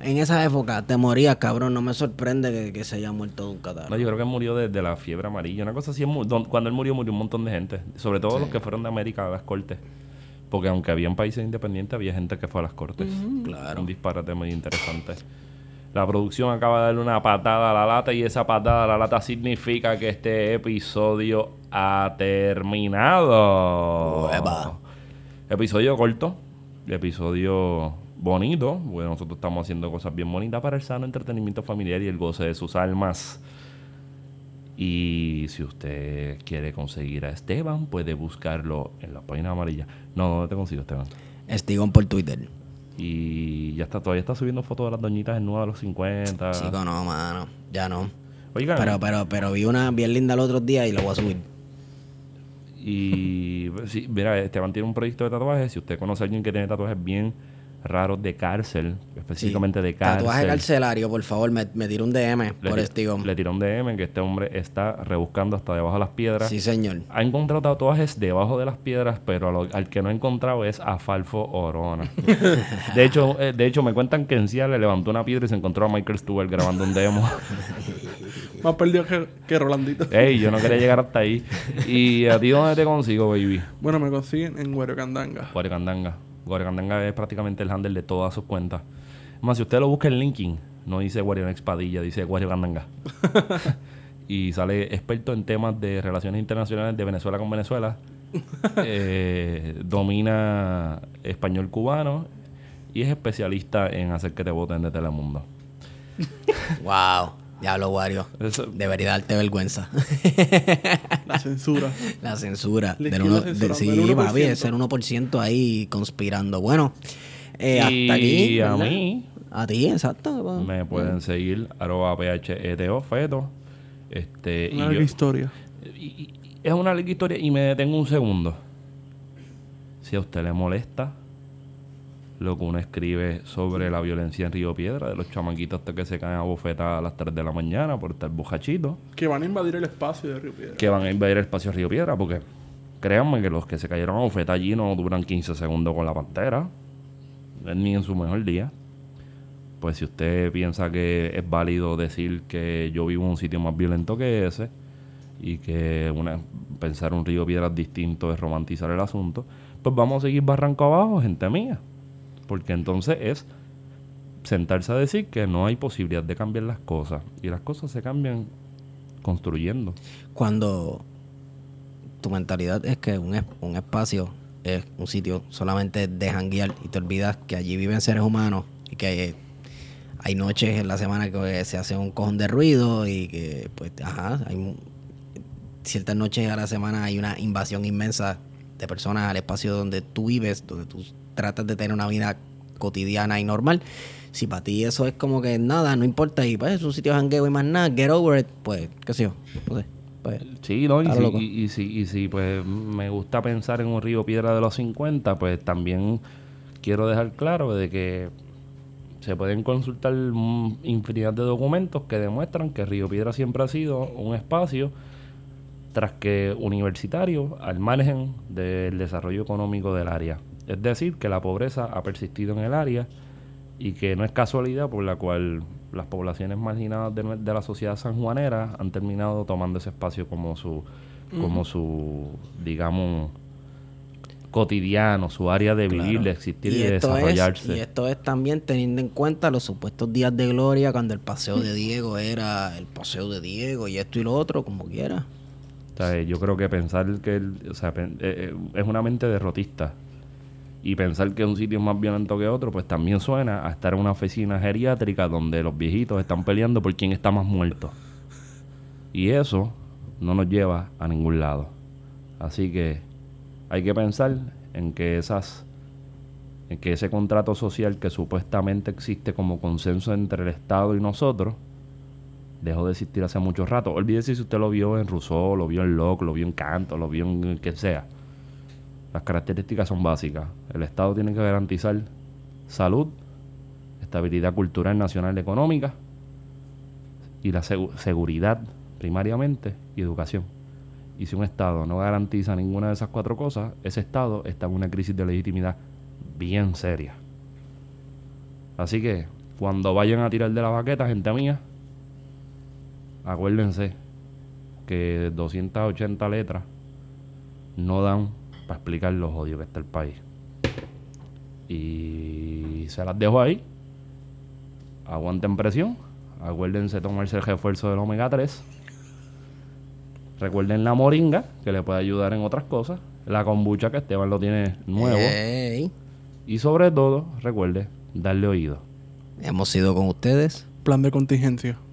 Speaker 1: en esa época te morías, cabrón. No me sorprende que, que se haya muerto de un catarro.
Speaker 2: No, yo creo que él murió de, de la fiebre amarilla. Una cosa así, él mu- don- cuando él murió, murió un montón de gente. Sobre todo los que fueron de América a las cortes. Porque aunque había países independientes, había gente que fue a las cortes.
Speaker 1: Claro.
Speaker 2: Un disparate muy interesante. La producción acaba de darle una patada a la lata y esa patada a la lata significa que este episodio ha terminado.
Speaker 1: Hueva.
Speaker 2: Episodio corto, episodio bonito, porque nosotros estamos haciendo cosas bien bonitas para el sano entretenimiento familiar y el goce de sus almas. Y si usted quiere conseguir a Esteban, puede buscarlo en la página amarilla. No, ¿dónde te consigo, Esteban?
Speaker 1: Estigón por Twitter.
Speaker 2: Y ya está, todavía está subiendo fotos de las doñitas en nueva de los 50.
Speaker 1: Chico, no, mano. Ya no.
Speaker 2: Oigan,
Speaker 1: Pero, pero, pero vi una bien linda el otro día y la voy a subir.
Speaker 2: y sí, mira, Esteban tiene un proyecto de tatuajes. Si usted conoce a alguien que tiene tatuajes bien raros de cárcel, específicamente de cárcel.
Speaker 1: Tatuaje carcelario, por favor, me, me tiro un DM
Speaker 2: le,
Speaker 1: por
Speaker 2: ti-
Speaker 1: Estigón.
Speaker 2: le tiró un DM que este hombre está rebuscando hasta debajo de las piedras.
Speaker 1: Sí, señor.
Speaker 2: Ha encontrado tatuajes debajo de las piedras, pero a lo- al que no ha encontrado es a Falfo Orona. de, hecho, eh, de hecho, me cuentan que en Seattle le levantó una piedra y se encontró a Michael Stewart grabando un demo.
Speaker 3: Más perdido que, que Rolandito.
Speaker 2: Ey, yo no quería llegar hasta ahí. ¿Y a ti dónde te consigo, baby?
Speaker 3: Bueno, me consiguen en Güero Candanga.
Speaker 2: Guarecandanga. Guarecandanga es prácticamente el handle de todas sus cuentas. Más, si usted lo busca en LinkedIn, no dice Guarionex Padilla, dice Guarecandanga. y sale experto en temas de relaciones internacionales de Venezuela con Venezuela. Eh, domina español cubano y es especialista en hacer que te voten de Telemundo.
Speaker 1: Wow. Diablo, Wario.
Speaker 2: Eso-
Speaker 1: Debería darte vergüenza.
Speaker 3: La censura.
Speaker 1: La censura.
Speaker 3: Le
Speaker 1: Del
Speaker 3: estoy
Speaker 1: uno, de-
Speaker 3: censurando el
Speaker 1: sí,
Speaker 3: 1%.
Speaker 1: papi, es el 1% ahí conspirando. Bueno, eh,
Speaker 2: y
Speaker 1: hasta aquí.
Speaker 2: a
Speaker 1: ¿verdad? Ah.
Speaker 2: mí
Speaker 1: A ti, exacto. pa.
Speaker 2: Me pueden seguir arroba PHETO feto. Este, y
Speaker 3: Una
Speaker 2: yo-
Speaker 3: larga historia.
Speaker 2: y- y- es una larga historia y me detengo un segundo. Si a usted le molesta lo que uno escribe sobre la violencia en Río Piedra, de los chamaquitos hasta que se caen a bofetas a las 3 de la mañana por estar bojachito,
Speaker 3: Que van a invadir el espacio de Río Piedra.
Speaker 2: que van a invadir el espacio Río Piedra, porque créanme que los que se cayeron a bofetas allí no duran 15 segundos con la pantera, ni en su mejor día. Pues si usted piensa que es válido decir que yo vivo en un sitio más violento que ese y que una, pensar un río piedras distinto es romantizar el asunto, pues vamos a seguir barranco abajo, gente mía. Porque entonces es sentarse a decir que no hay posibilidad de cambiar las cosas y las cosas se cambian construyendo.
Speaker 1: Cuando tu mentalidad es que un, es- un espacio es un sitio solamente de janguear y te olvidas que allí viven seres humanos y que eh, hay noches en la semana que se hace un cojón de ruido y que, pues, ajá, hay mu- ciertas noches a la semana hay una invasión inmensa de personas al espacio donde tú vives, donde tú tratas de tener una vida cotidiana y normal. Si para ti eso es como que nada, no importa, y pues es un sitio de jangueo y más nada, get over it, pues, qué sé yo, no sé, pues,
Speaker 2: Sí, ¿no? Y,
Speaker 1: Claro,
Speaker 2: si,
Speaker 1: loco.
Speaker 2: y- y si- y si, pues me gusta pensar en un río piedra de los 50, pues también quiero dejar claro de que se pueden consultar mm, infinidad de documentos que demuestran que Río Piedra siempre ha sido un espacio tras que universitario al margen del desarrollo económico del área. Es decir, que la pobreza ha persistido en el área y que no es casualidad por la cual las poblaciones marginadas de, nue- de la sociedad sanjuanera han terminado tomando ese espacio como su, como su digamos, cotidiano, su área de vivir, de existir y, de desarrollarse.
Speaker 1: Es, y esto es también teniendo en cuenta los supuestos días de gloria cuando el paseo de Diego era el paseo de Diego y esto y lo otro, como quiera.
Speaker 2: O sea, eh, yo creo que pensar que el- o sea, pen- eh, eh, es una mente derrotista Y pensar que un sitio es más violento que otro, pues también suena a estar en una oficina geriátrica donde los viejitos están peleando por quién está más muerto. Y eso no nos lleva a ningún lado. Así que hay que pensar en que esas en que ese contrato social que supuestamente existe como consenso entre el Estado y nosotros dejó de existir hace mucho rato. Olvídese si usted lo vio en Rousseau, lo vio en Locke, lo vio en Canto, lo vio en el que sea. Las características son básicas. El Estado tiene que garantizar salud, estabilidad cultural, nacional, económica y la segu- seguridad primariamente y educación. Y si un Estado no garantiza ninguna de esas cuatro cosas, ese Estado está en una crisis de legitimidad bien seria. Así que cuando vayan a tirar de la baqueta, gente mía, acuérdense que 280 letras no dan para explicar los odios que está el país. Y se las dejo ahí. Aguanten presión. Acuérdense tomarse el refuerzo del omega 3. Recuerden la moringa, que le puede ayudar en otras cosas. La kombucha, que Esteban lo tiene nuevo.
Speaker 1: Eh. Ey,
Speaker 2: Y sobre todo, recuerde darle oído.
Speaker 1: hemos sido con ustedes.
Speaker 3: Plan de contingencia.